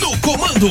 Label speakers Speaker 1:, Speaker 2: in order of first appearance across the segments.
Speaker 1: Dourado.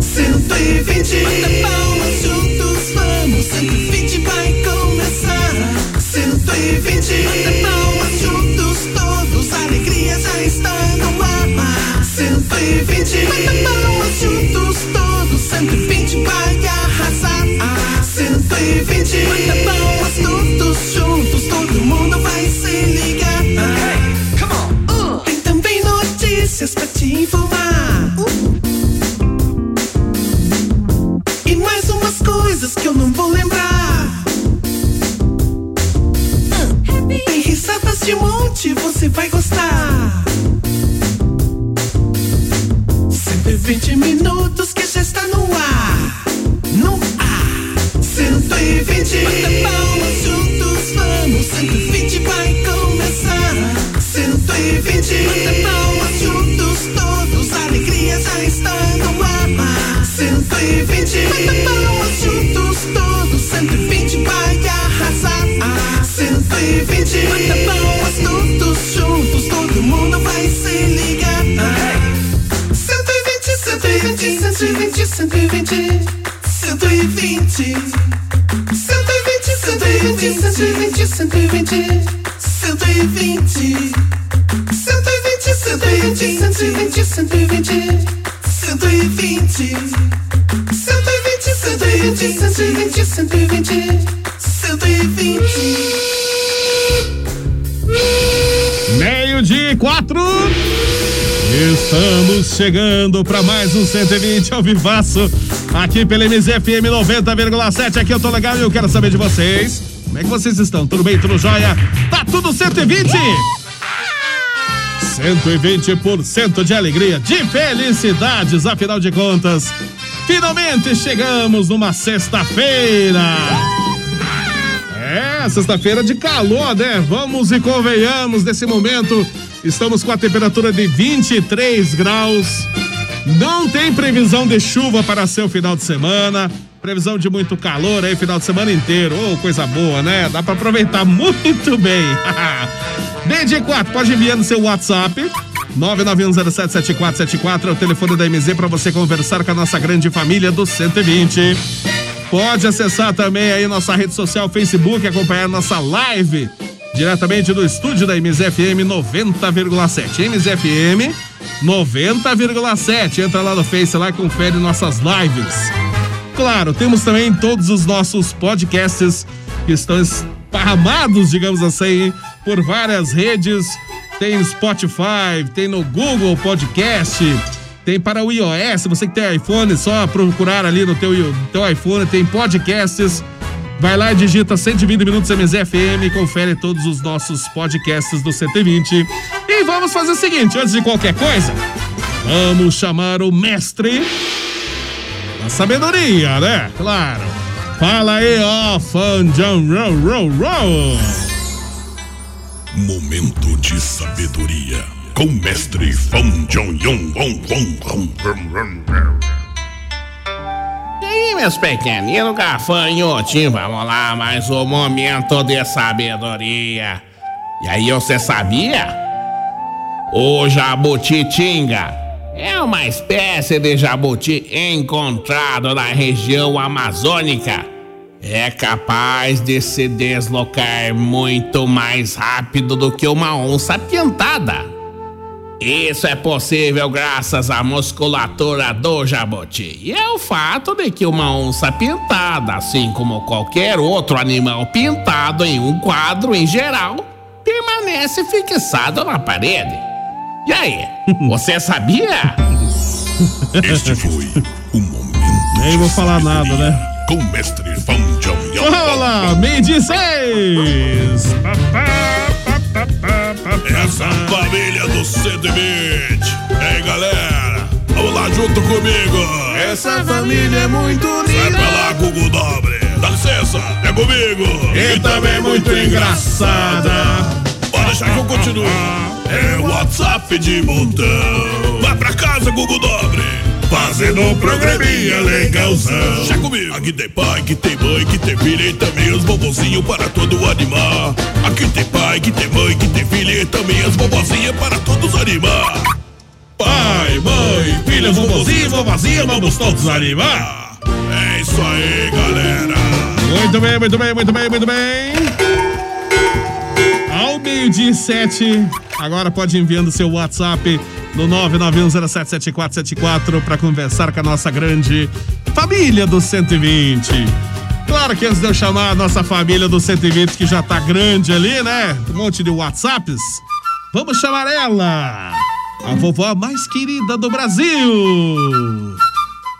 Speaker 2: 120 Bata palmas juntos, vamos 120 vai começar 120 Bata palmas juntos, todos a alegria já está no ar 120 Bata palmas juntos, todos 120 vai arrasar 120 Bata palmas todos juntos, todo mundo vai se ligar Tem também notícias pra te informar e mais umas coisas que eu não vou lembrar. Tem risadas de monte, você vai gostar. 120 minutos que já está no ar. No ar. 120. Bata palmas juntos, vamos. 120 vai começar. 120. Bata palmas juntos, todos. A alegria já está no ar. 120. Bata palmas juntos, todos. 120 vai arrasar. 120. Bata palmas todos juntos, todo mundo vai se ligar. 120, 120, 120, 120, 120. 120, 120, 120, 120, 120. 120, 120, 120, 120, 120. 120, 120, 120, 120, 120.
Speaker 1: Meio de quatro. Estamos chegando para mais um 120 ao vivaço aqui pela MZFM 90,7. Aqui eu tô legal e eu quero saber de vocês. Como é que vocês estão? Tudo bem? Tudo jóia? Tá tudo 120? 120% de alegria, de felicidades, afinal de contas. Finalmente chegamos numa sexta-feira. É, sexta-feira de calor, né? Vamos e convenhamos nesse momento. Estamos com a temperatura de 23 graus. Não tem previsão de chuva para seu final de semana. Previsão de muito calor aí, final de semana inteiro. Ô, coisa boa, né? Dá para aproveitar muito bem. DD4, pode enviar no seu WhatsApp. 991077474 é o telefone da MZ para você conversar com a nossa grande família do 120. Pode acessar também aí nossa rede social Facebook, acompanhar nossa live diretamente do estúdio da MZFM 90,7. MZFM 90,7. Entra lá no Face lá e confere nossas lives. Claro, temos também todos os nossos podcasts que estão esparramados, digamos assim, por várias redes. Tem no Spotify, tem no Google Podcast, tem para o iOS, você que tem iPhone, só procurar ali no teu, no teu iPhone, tem podcasts. Vai lá e digita 120 minutos MZFM e confere todos os nossos podcasts do 120. E vamos fazer o seguinte, antes de qualquer coisa, vamos chamar o mestre da sabedoria, né? Claro. Fala aí, ó, fã um, John Row Row Row.
Speaker 3: Momento de sabedoria com mestre Fão Jong Yong Wong Wong Wong Wong Wong Wong.
Speaker 4: E aí, meus pequeninos gafanhotinhos, vamos lá, mais um momento de sabedoria. E aí, você sabia? O jabutitinga é uma espécie de jabuti encontrado na região amazônica. É capaz de se deslocar muito mais rápido do que uma onça pintada. Isso é possível graças à musculatura do jabuti. E é o fato de que uma onça pintada, assim como qualquer outro animal pintado em um quadro em geral, permanece fixado na parede. E aí, você sabia?
Speaker 3: Este foi o momento.
Speaker 1: Nem vou falar nada, né?
Speaker 3: Com mestre Fão Jong Yong.
Speaker 1: Olá, meio de seis. Pá, pá, pá, pá, pá, pá, pá.
Speaker 3: Essa família do 120. Ei, galera. Vamos lá junto comigo.
Speaker 1: Essa família é muito
Speaker 3: Vai pra
Speaker 1: unida.
Speaker 3: lá, Gugu Dobre. Dá licença, é comigo.
Speaker 1: E também muito engraçada.
Speaker 3: Bora deixar que eu continue. É o WhatsApp de montão. Vai pra casa, Gugu Dobre. Fazendo um programinha legalzão. Já comigo. Aqui tem pai, que tem mãe, que tem filha e também os bobozinhos para todo animar. Aqui tem pai, que tem mãe, que tem filha e também as bobozinhas para todos animar. Pai, mãe, filhas, bobozinhos, bobozinha, vamos todos animar. É isso aí, galera.
Speaker 1: Muito bem, muito bem, muito bem, muito bem. Ao meio-dia e sete. Agora pode ir enviando seu WhatsApp no 991077474 para conversar com a nossa grande família do 120. Claro que antes de eu chamar a nossa família do 120, que já tá grande ali, né? Um monte de WhatsApps. Vamos chamar ela! A vovó mais querida do Brasil!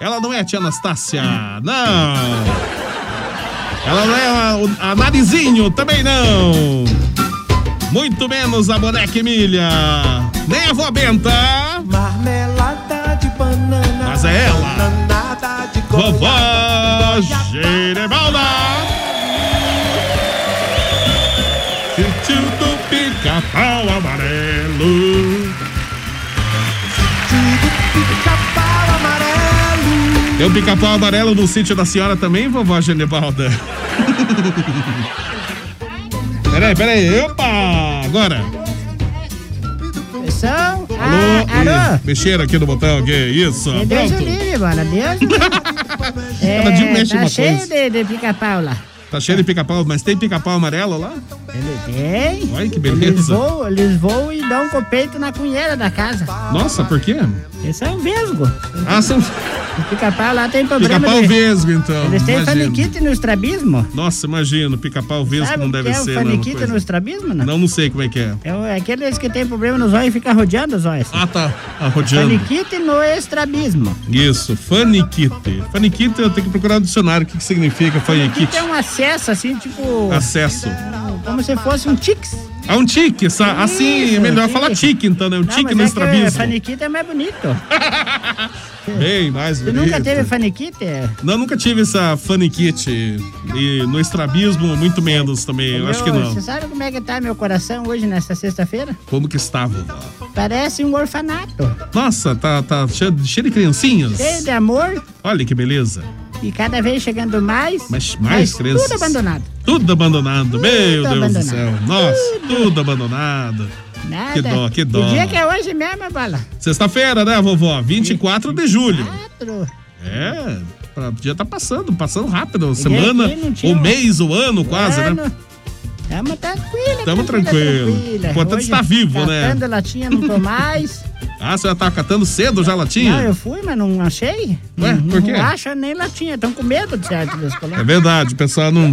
Speaker 1: Ela não é a tia Anastácia, não! Ela não é a, o- a Narizinho, também não. Muito menos a boneca Emília. Nem a vó Benta.
Speaker 2: Marmelada de banana.
Speaker 1: Tá. Mas é ela.
Speaker 2: Bananada de
Speaker 1: Vovó Gerebalda. Tá. Sentiu do pica-pau amarelo.
Speaker 2: Tudo pica-pau amarelo.
Speaker 1: Tem o pica-pau amarelo no sítio da senhora também, vovó Genebalda? peraí, peraí. Opa! Agora.
Speaker 5: Pessoal,
Speaker 1: Alô?
Speaker 5: Ah, alô? É
Speaker 1: Ih, Mexeram aqui no botão, aqui. Isso,
Speaker 5: Deus o
Speaker 1: pronto.
Speaker 5: livre, mano. Deus o livre.
Speaker 1: Cada dia mexe
Speaker 5: tá
Speaker 1: uma
Speaker 5: cheio
Speaker 1: coisa.
Speaker 5: de, de pica-pau lá.
Speaker 1: Tá cheio de pica-pau, mas tem pica-pau amarelo lá?
Speaker 5: Ele tem.
Speaker 1: Olha que
Speaker 5: Eles
Speaker 1: beleza.
Speaker 5: voam, eles voam e dão com o peito na cunheira da casa.
Speaker 1: Nossa, por quê?
Speaker 5: Eles são vesgo.
Speaker 1: Ah, são
Speaker 5: O pica-pau lá tem problema.
Speaker 1: pica-pau
Speaker 5: de-
Speaker 1: vesgo, então.
Speaker 5: Eles têm
Speaker 1: Imagino.
Speaker 5: faniquite no estrabismo.
Speaker 1: Nossa, imagino, pica-pau vesgo
Speaker 5: Sabe
Speaker 1: não
Speaker 5: o que
Speaker 1: deve
Speaker 5: é
Speaker 1: ser.
Speaker 5: o
Speaker 1: não,
Speaker 5: faniquite
Speaker 1: coisa.
Speaker 5: no estrabismo? Não.
Speaker 1: Não, não sei como é que é.
Speaker 5: É o- é aqueles que tem problema nos olhos e fica rodeando os olhos.
Speaker 1: Ah, tá. Arrodeando.
Speaker 5: Faniquite no estrabismo.
Speaker 1: Isso, faniquite. Faniquite, eu tenho que procurar no dicionário o que, que significa faniquite.
Speaker 5: Faniquite é um acesso assim, tipo,
Speaker 1: Acesso.
Speaker 5: como se fosse um tics.
Speaker 1: É um tique, sa- assim, é
Speaker 5: Isso,
Speaker 1: melhor
Speaker 5: tique.
Speaker 1: falar tique, então, né? Um
Speaker 5: Não,
Speaker 1: tique
Speaker 5: mas
Speaker 1: no
Speaker 5: é Que
Speaker 1: estrabismo.
Speaker 5: faniquite é mais bonito.
Speaker 1: Bem, mais
Speaker 5: Você
Speaker 1: bonito.
Speaker 5: nunca teve faniquite?
Speaker 1: Não, nunca tive essa faniquite. E no estrabismo, muito menos também. Eu acho que
Speaker 5: Meu,
Speaker 1: não.
Speaker 5: Você sabe como é que tá meu coração hoje, nessa sexta-feira?
Speaker 1: Como que estava? vó?
Speaker 5: Parece um orfanato.
Speaker 1: Nossa, tá, tá cheio, cheio de criancinhas.
Speaker 5: Cheio de amor
Speaker 1: Olha que beleza.
Speaker 5: e cada vez chegando mais.
Speaker 1: Mas mais crianças.
Speaker 5: Tudo abandonado.
Speaker 1: Tudo abandonado. Meu Deus do
Speaker 5: abandonado.
Speaker 1: céu. Nossa, tudo abandonado.
Speaker 5: Nada.
Speaker 1: Que dó, que dó.
Speaker 5: O dia que é hoje mesmo, bola.
Speaker 1: Sexta-feira, né, vovó? 24 de julho.
Speaker 5: Quatro.
Speaker 1: É, pra- podia estar passando, passando rápido.
Speaker 5: que
Speaker 1: Semana,
Speaker 5: não tinha
Speaker 1: o
Speaker 5: um-
Speaker 1: mês, o ano, quase, né?
Speaker 5: Ano. Tamo tranquilo.
Speaker 1: Tamo tranquilo. Enquanto
Speaker 5: Hoje
Speaker 1: está vivo, né?
Speaker 5: catando latinha, não tô mais.
Speaker 1: Ah, você já tava catando cedo já latinha?
Speaker 5: não, Ah, eu fui, mas não achei.
Speaker 1: Ué,
Speaker 5: não,
Speaker 1: por quê?
Speaker 5: Não acha nem latinha. Tão com medo de certo dos
Speaker 1: É
Speaker 5: colegas.
Speaker 1: verdade, o pessoal não.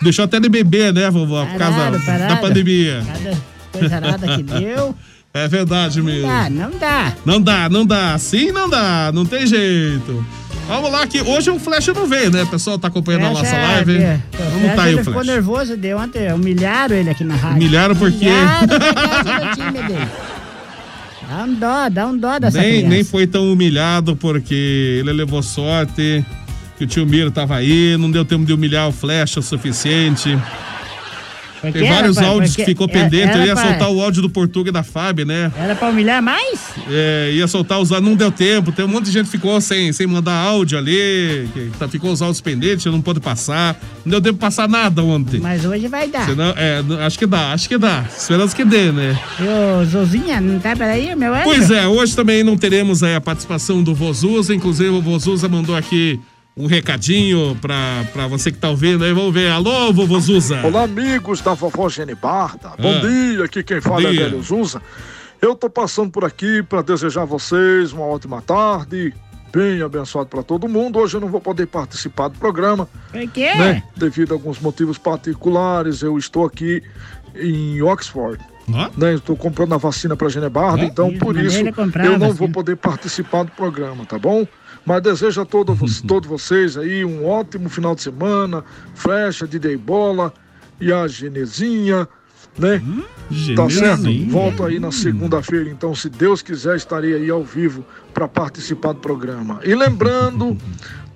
Speaker 1: Deixou até de beber, né, vovó? Por causa
Speaker 5: Pararam,
Speaker 1: da
Speaker 5: pararam.
Speaker 1: pandemia.
Speaker 5: Cada coisa arada que deu.
Speaker 1: É verdade mesmo.
Speaker 5: Ah, não dá.
Speaker 1: Não dá, não dá. Sim, não dá. Não tem jeito. Vamos lá, que hoje o Flash não veio, né? O pessoal tá acompanhando a nossa
Speaker 5: Flecha,
Speaker 1: live.
Speaker 5: é,
Speaker 1: Vamos tá aí
Speaker 5: ele
Speaker 1: o
Speaker 5: ficou
Speaker 1: Flash.
Speaker 5: nervoso de ontem, humilharam ele aqui na rádio.
Speaker 1: Humilharam por quê?
Speaker 5: Humilharam é por causa do time dele. Dá um dó, dá um dó dessa
Speaker 1: Nem,
Speaker 5: criança.
Speaker 1: nem foi tão humilhado porque ele levou sorte, que o tio Miro tava aí, não deu tempo de humilhar o Flash o suficiente.
Speaker 5: Porque
Speaker 1: Tem
Speaker 5: era
Speaker 1: vários
Speaker 5: pra-
Speaker 1: áudios que
Speaker 5: porque
Speaker 1: ficou
Speaker 5: era-
Speaker 1: pendente.
Speaker 5: era
Speaker 1: Eu ia
Speaker 5: pra-
Speaker 1: soltar o áudio do Portuga e da Fábio, né?
Speaker 5: Era pra humilhar mais?
Speaker 1: É, ia soltar os áudios, não deu tempo. Tem um monte de gente que ficou sem, sem mandar áudio ali, que tá- ficou os áudios pendentes, não pôde passar. Não deu tempo de passar nada ontem.
Speaker 5: Mas hoje vai dar.
Speaker 1: Senão, é, n- acho que dá, acho que dá. Esperamos que dê, né?
Speaker 5: E o Zozinha, não tá por aí, meu anjo?
Speaker 1: Pois é, hoje também não teremos aí a participação do Vozusa. Inclusive, o Vozusa mandou aqui um recadinho pra, pra você que tá ouvindo aí. Vamos ver. Alô, Vovozusa.
Speaker 6: Olá, amigos da Vovó Genibarta.
Speaker 1: Ah.
Speaker 6: Bom dia, aqui quem fala
Speaker 1: dia.
Speaker 6: é Velho Zusa. Eu tô passando por aqui para desejar a vocês uma ótima tarde, bem abençoado para todo mundo. Hoje eu não vou poder participar do programa,
Speaker 1: é.
Speaker 5: Por quê?
Speaker 6: né? Devido a alguns motivos particulares, eu estou aqui em Oxford,
Speaker 1: Ó,
Speaker 6: né? Estou comprando a vacina para Genebarda,
Speaker 1: Ah.
Speaker 6: então
Speaker 5: Isso,
Speaker 6: por
Speaker 5: maneira
Speaker 6: isso
Speaker 5: de comprar a
Speaker 6: eu não
Speaker 5: vacina.
Speaker 6: vou poder participar do programa, tá bom? Mas desejo a todo vo-
Speaker 5: Uhum.
Speaker 6: todos vocês aí um ótimo final de semana, flecha de dei bola e a Genezinha né?
Speaker 1: Hum,
Speaker 6: tá certo?
Speaker 1: Gemezinho.
Speaker 6: Volto aí na
Speaker 1: Hum.
Speaker 6: segunda-feira, então, se Deus quiser, estarei aí ao vivo para participar do programa. E lembrando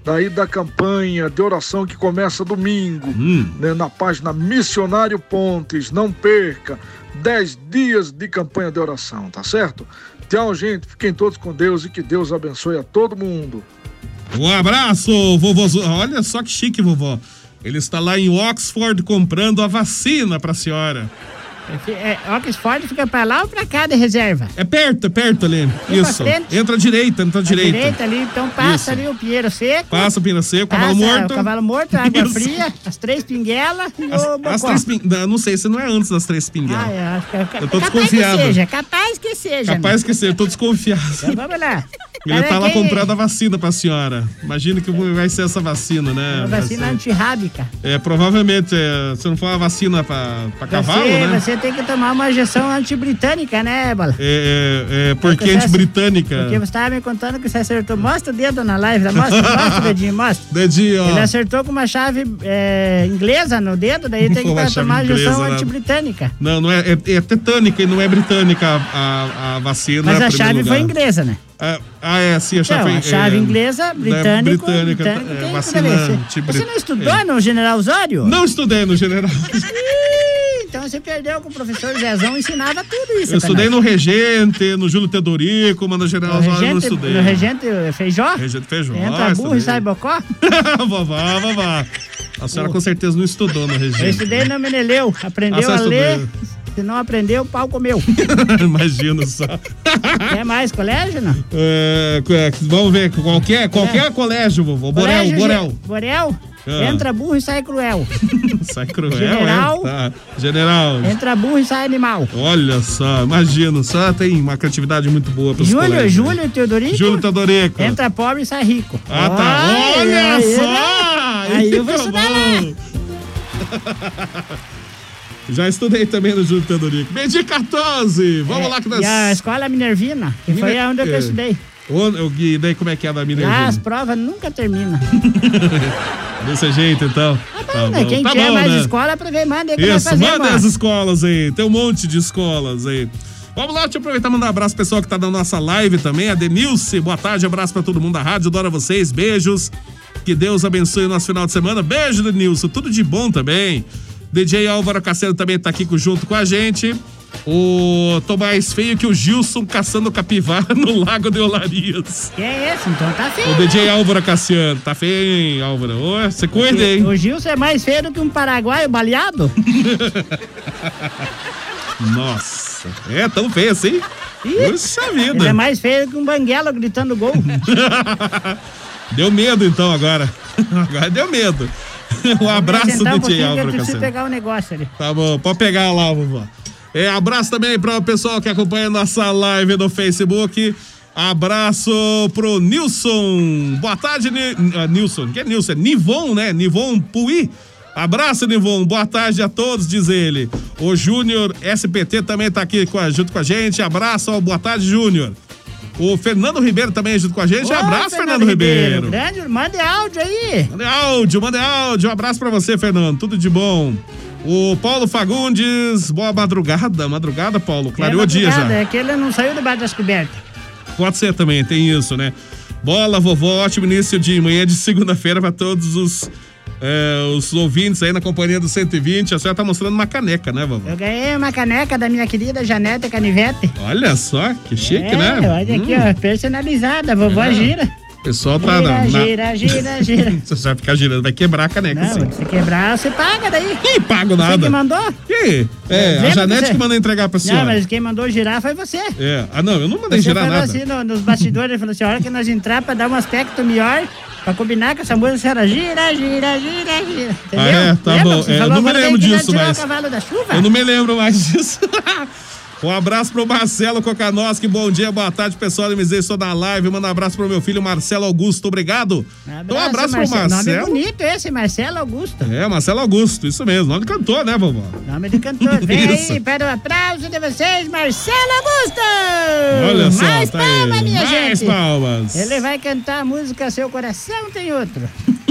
Speaker 6: daí da campanha de oração que começa domingo,
Speaker 1: Hum.
Speaker 6: né, na página Missionário Pontes, não perca, 10 dias de campanha de oração, tá certo? Tchau, gente, fiquem todos com Deus e que Deus abençoe a todo mundo.
Speaker 1: Um abraço, vovô. Zu- Olha só que chique, vovó. Ele está lá em Oxford comprando a vacina para a senhora.
Speaker 5: É, é, Oxford fica pra lá ou pra cá de reserva?
Speaker 1: É perto, é perto ali.
Speaker 5: Tem
Speaker 1: Isso.
Speaker 5: bastante.
Speaker 1: Entra à direita, entra à direita.
Speaker 5: Direita ali, então passa
Speaker 1: Isso.
Speaker 5: ali o Pinheiro Seco.
Speaker 1: Passa o Pina Seco, cavalo
Speaker 5: passa
Speaker 1: morto.
Speaker 5: O cavalo morto, a água
Speaker 1: Isso.
Speaker 5: fria, as três pinguelas e
Speaker 1: As,
Speaker 5: o
Speaker 1: as
Speaker 5: bocó.
Speaker 1: três pin- não, Não sei se não é antes das três
Speaker 5: Ah,
Speaker 1: pinguelas.
Speaker 5: é, acho que é ca-
Speaker 1: Eu tô
Speaker 5: capaz
Speaker 1: desconfiado.
Speaker 5: que seja, capaz que seja.
Speaker 1: Capaz que seja, eu tô desconfiado.
Speaker 5: né? Então vamos lá.
Speaker 1: Ele
Speaker 5: Tá
Speaker 1: tá lá
Speaker 5: quem-
Speaker 1: comprando a vacina pra senhora. Imagina que vai ser essa vacina, né?
Speaker 5: Uma é vacina antirrábica.
Speaker 1: É, provavelmente, é, se não for uma vacina pra, pra cavalo,
Speaker 5: você,
Speaker 1: né?
Speaker 5: você tem que tomar uma injeção antibritânica, né, Bola?
Speaker 1: É, é, é, porque
Speaker 5: Acontece.
Speaker 1: anti-britânica.
Speaker 5: Porque você tava me contando que você acertou. Mostra o dedo na live, lá, mostra, mostra o dedinho, mostra.
Speaker 1: Dedinho, ó.
Speaker 5: Ele acertou com uma chave é, inglesa no dedo, daí tem que
Speaker 1: Uma
Speaker 5: tá-
Speaker 1: chave
Speaker 5: tomar a injeção
Speaker 1: inglesa, né?
Speaker 5: antibritânica.
Speaker 1: Não, não é, é, é tetânica e não é britânica a, a, a vacina.
Speaker 5: Mas a
Speaker 1: primeiro
Speaker 5: chave
Speaker 1: lugar.
Speaker 5: foi inglesa, né?
Speaker 1: Ah, ah, é, sim, a chave
Speaker 5: Não,
Speaker 1: foi
Speaker 5: a chave inglesa, britânico,
Speaker 1: britânica,
Speaker 5: britânico,
Speaker 1: é,
Speaker 5: tem
Speaker 1: vacina
Speaker 5: tudo a ver. Você-
Speaker 1: anti-brit-
Speaker 5: Você não estudou
Speaker 1: é.
Speaker 5: no General Osório?
Speaker 1: Não estudei no general.
Speaker 5: Ih, Então você perdeu com o professor Zezão, ensinava tudo isso.
Speaker 1: Eu
Speaker 5: pra
Speaker 1: estudei
Speaker 5: nós.
Speaker 1: no Regente, no Júlio Teodorico, mas no general Osório eu não
Speaker 5: regente,
Speaker 1: estudei.
Speaker 5: no regente eh, Feijó?
Speaker 1: Regente Feijó.
Speaker 5: Entra burro
Speaker 1: estudei.
Speaker 5: e sai bocó?
Speaker 1: vovó, vovó. A senhora com certeza não estudou no
Speaker 5: Eu
Speaker 1: Regente.
Speaker 5: estudei no Meneleu, aprendeu
Speaker 1: Ah,
Speaker 5: a
Speaker 1: você
Speaker 5: ler,
Speaker 1: estudou.
Speaker 5: se não aprendeu, o pau comeu.
Speaker 1: Imagino só.
Speaker 5: Quer mais colégio, não?
Speaker 1: É, é, vamos ver, é? qualquer, qualquer colégio, vovô. Borel,
Speaker 5: É. Colégio,
Speaker 1: Borel.
Speaker 5: Ge- Borel,
Speaker 1: Ah.
Speaker 5: entra burro e sai cruel.
Speaker 1: Sai cruel,
Speaker 5: General.
Speaker 1: é? Tá. General.
Speaker 5: Entra burro e sai animal.
Speaker 1: Olha só, imagino, só tem uma criatividade muito boa pros
Speaker 5: Júlio,
Speaker 1: colegas.
Speaker 5: Júlio Teodorico,
Speaker 1: Júlio Teodorico.
Speaker 5: entra pobre e sai rico.
Speaker 1: Ah, tá.
Speaker 5: Ai,
Speaker 1: Olha
Speaker 5: ai,
Speaker 1: só!
Speaker 5: ai. Aí eu vou
Speaker 1: Muito
Speaker 5: estudar lá.
Speaker 1: bom. Já estudei também no Júlio Teodorico. Medir 14. Vamos lá que nós.
Speaker 5: É, E a escola Minervina, que foi
Speaker 1: Miner-
Speaker 5: onde eu
Speaker 1: é.
Speaker 5: estudei.
Speaker 1: Onde- eu- E daí como é que é da
Speaker 5: Lá
Speaker 1: Minerva?
Speaker 5: as provas nunca terminam.
Speaker 1: Desse jeito, então.
Speaker 5: Tá bom, né? Quem tiver mais escola, pra ver, manda aí que nós
Speaker 1: Isso,
Speaker 5: fazemos.
Speaker 1: manda
Speaker 5: ó.
Speaker 1: as escolas aí. Tem um monte de escolas aí. Vamos lá, deixa eu aproveitar e mandar um abraço pro pessoal que tá na nossa live também. A Denilce, boa tarde, abraço pra todo mundo da rádio, adoro vocês, beijos. Que Deus abençoe o nosso final de semana. Beijo, Denilson, tudo de bom também. DJ Álvaro Cacelo também tá aqui co- junto com a gente. O tô mais feio que o Gilson caçando capivara no Lago de Olarias.
Speaker 5: Que é esse? Então tá feio.
Speaker 1: O DJ Álvaro Cassiano, tá feio, hein, Álvaro? Ô, Você cuida, hein?
Speaker 5: O Gilson é mais feio do que um paraguaio baleado?
Speaker 1: Nossa, é tão feio assim?
Speaker 5: Ih,
Speaker 1: Puxa
Speaker 5: Ele
Speaker 1: vida.
Speaker 5: é mais feio que um banguelo gritando gol.
Speaker 1: Deu medo então agora. Agora deu medo. Um abraço
Speaker 5: Sentar um
Speaker 1: do
Speaker 5: pouquinho
Speaker 1: Tia
Speaker 5: que eu
Speaker 1: Álvaro
Speaker 5: preciso
Speaker 1: Cassiano.
Speaker 5: pegar o negócio ali.
Speaker 1: Tá bom, pode pegar lá, vovó. É, abraço também para o pessoal que acompanha nossa live no Facebook. Abraço pro Nilson. Boa tarde, Ni ah, Nilson. Que é Nilson? É Nivon, né? Nivon Pui. Abraço, Nivon. Boa tarde a todos, diz ele. O Júnior SPT também tá aqui com a- junto com a gente. Abraço, ó, boa tarde, Júnior. O Fernando Ribeiro também é junto com a gente.
Speaker 5: Ô,
Speaker 1: abraço, Fernando, Ribeiro.
Speaker 5: Grande, manda áudio aí.
Speaker 1: Manda áudio, manda áudio. Um abraço pra você, Fernando. Tudo de bom. O Paulo Fagundes, boa madrugada. Madrugada, Paulo. Clareou o dia
Speaker 5: madrugada,
Speaker 1: já.
Speaker 5: É que ele não saiu debaixo das cobertas.
Speaker 1: Pode ser também, tem isso, né? Bola, vovó, ótimo início de manhã de segunda-feira pra todos os, é, os ouvintes aí na companhia do 120. A senhora tá mostrando uma caneca, né, vovó?
Speaker 5: Eu ganhei uma caneca da minha querida Janete Canivete.
Speaker 1: Olha só, que chique,
Speaker 5: é,
Speaker 1: né?
Speaker 5: Olha aqui, ó, personalizada, a vovó
Speaker 1: É.
Speaker 5: gira.
Speaker 1: O pessoal tá
Speaker 5: Gira,
Speaker 1: na. na-
Speaker 5: gira, gira, gira.
Speaker 1: Você vai ficar girando, vai quebrar a caneca,
Speaker 5: Não,
Speaker 1: assim.
Speaker 5: se quebrar, você paga daí.
Speaker 1: Ih, pago
Speaker 5: Você que
Speaker 1: nada.
Speaker 5: mandou?
Speaker 1: Ih, É, a
Speaker 5: Lembra
Speaker 1: Janete
Speaker 5: você?
Speaker 1: que mandou entregar pra senhora.
Speaker 5: Não, mas quem mandou girar foi você.
Speaker 1: É. Ah, não, eu não mandei
Speaker 5: Você
Speaker 1: girar
Speaker 5: falou
Speaker 1: nada.
Speaker 5: assim no- nos bastidores, ele falou assim, a hora que nós entrar pra dar um aspecto melhor, pra combinar com essa música, você era gira, gira, gira, gira. Entendeu?
Speaker 1: Ah, é? Tá
Speaker 5: Lembra?
Speaker 1: bom.
Speaker 5: Você
Speaker 1: É, eu
Speaker 5: falou,
Speaker 1: não me
Speaker 5: agora
Speaker 1: lembro
Speaker 5: tem que
Speaker 1: disso,
Speaker 5: tirar
Speaker 1: mas-
Speaker 5: o cavalo da chuva?
Speaker 1: Eu não me lembro mais disso. Um abraço pro Marcelo Cocanoski, bom dia, boa tarde, pessoal. MZ, estou na live. Manda um abraço pro meu filho Marcelo Augusto, obrigado. Então, um abraço pro Marcelo.
Speaker 5: Nome bonito esse, Marcelo Augusto.
Speaker 1: É, Marcelo Augusto, isso mesmo. Nome de cantor, né, vovó?
Speaker 5: Nome de cantor. Vem
Speaker 1: Isso.
Speaker 5: aí, para o aplauso de vocês, Marcelo Augusto!
Speaker 1: Olha só,
Speaker 5: Mais
Speaker 1: tá
Speaker 5: palma,
Speaker 1: aí.
Speaker 5: minha
Speaker 1: Mais
Speaker 5: gente!
Speaker 1: palmas.
Speaker 5: Ele é vai cantar a música Seu Coração Tem Outro.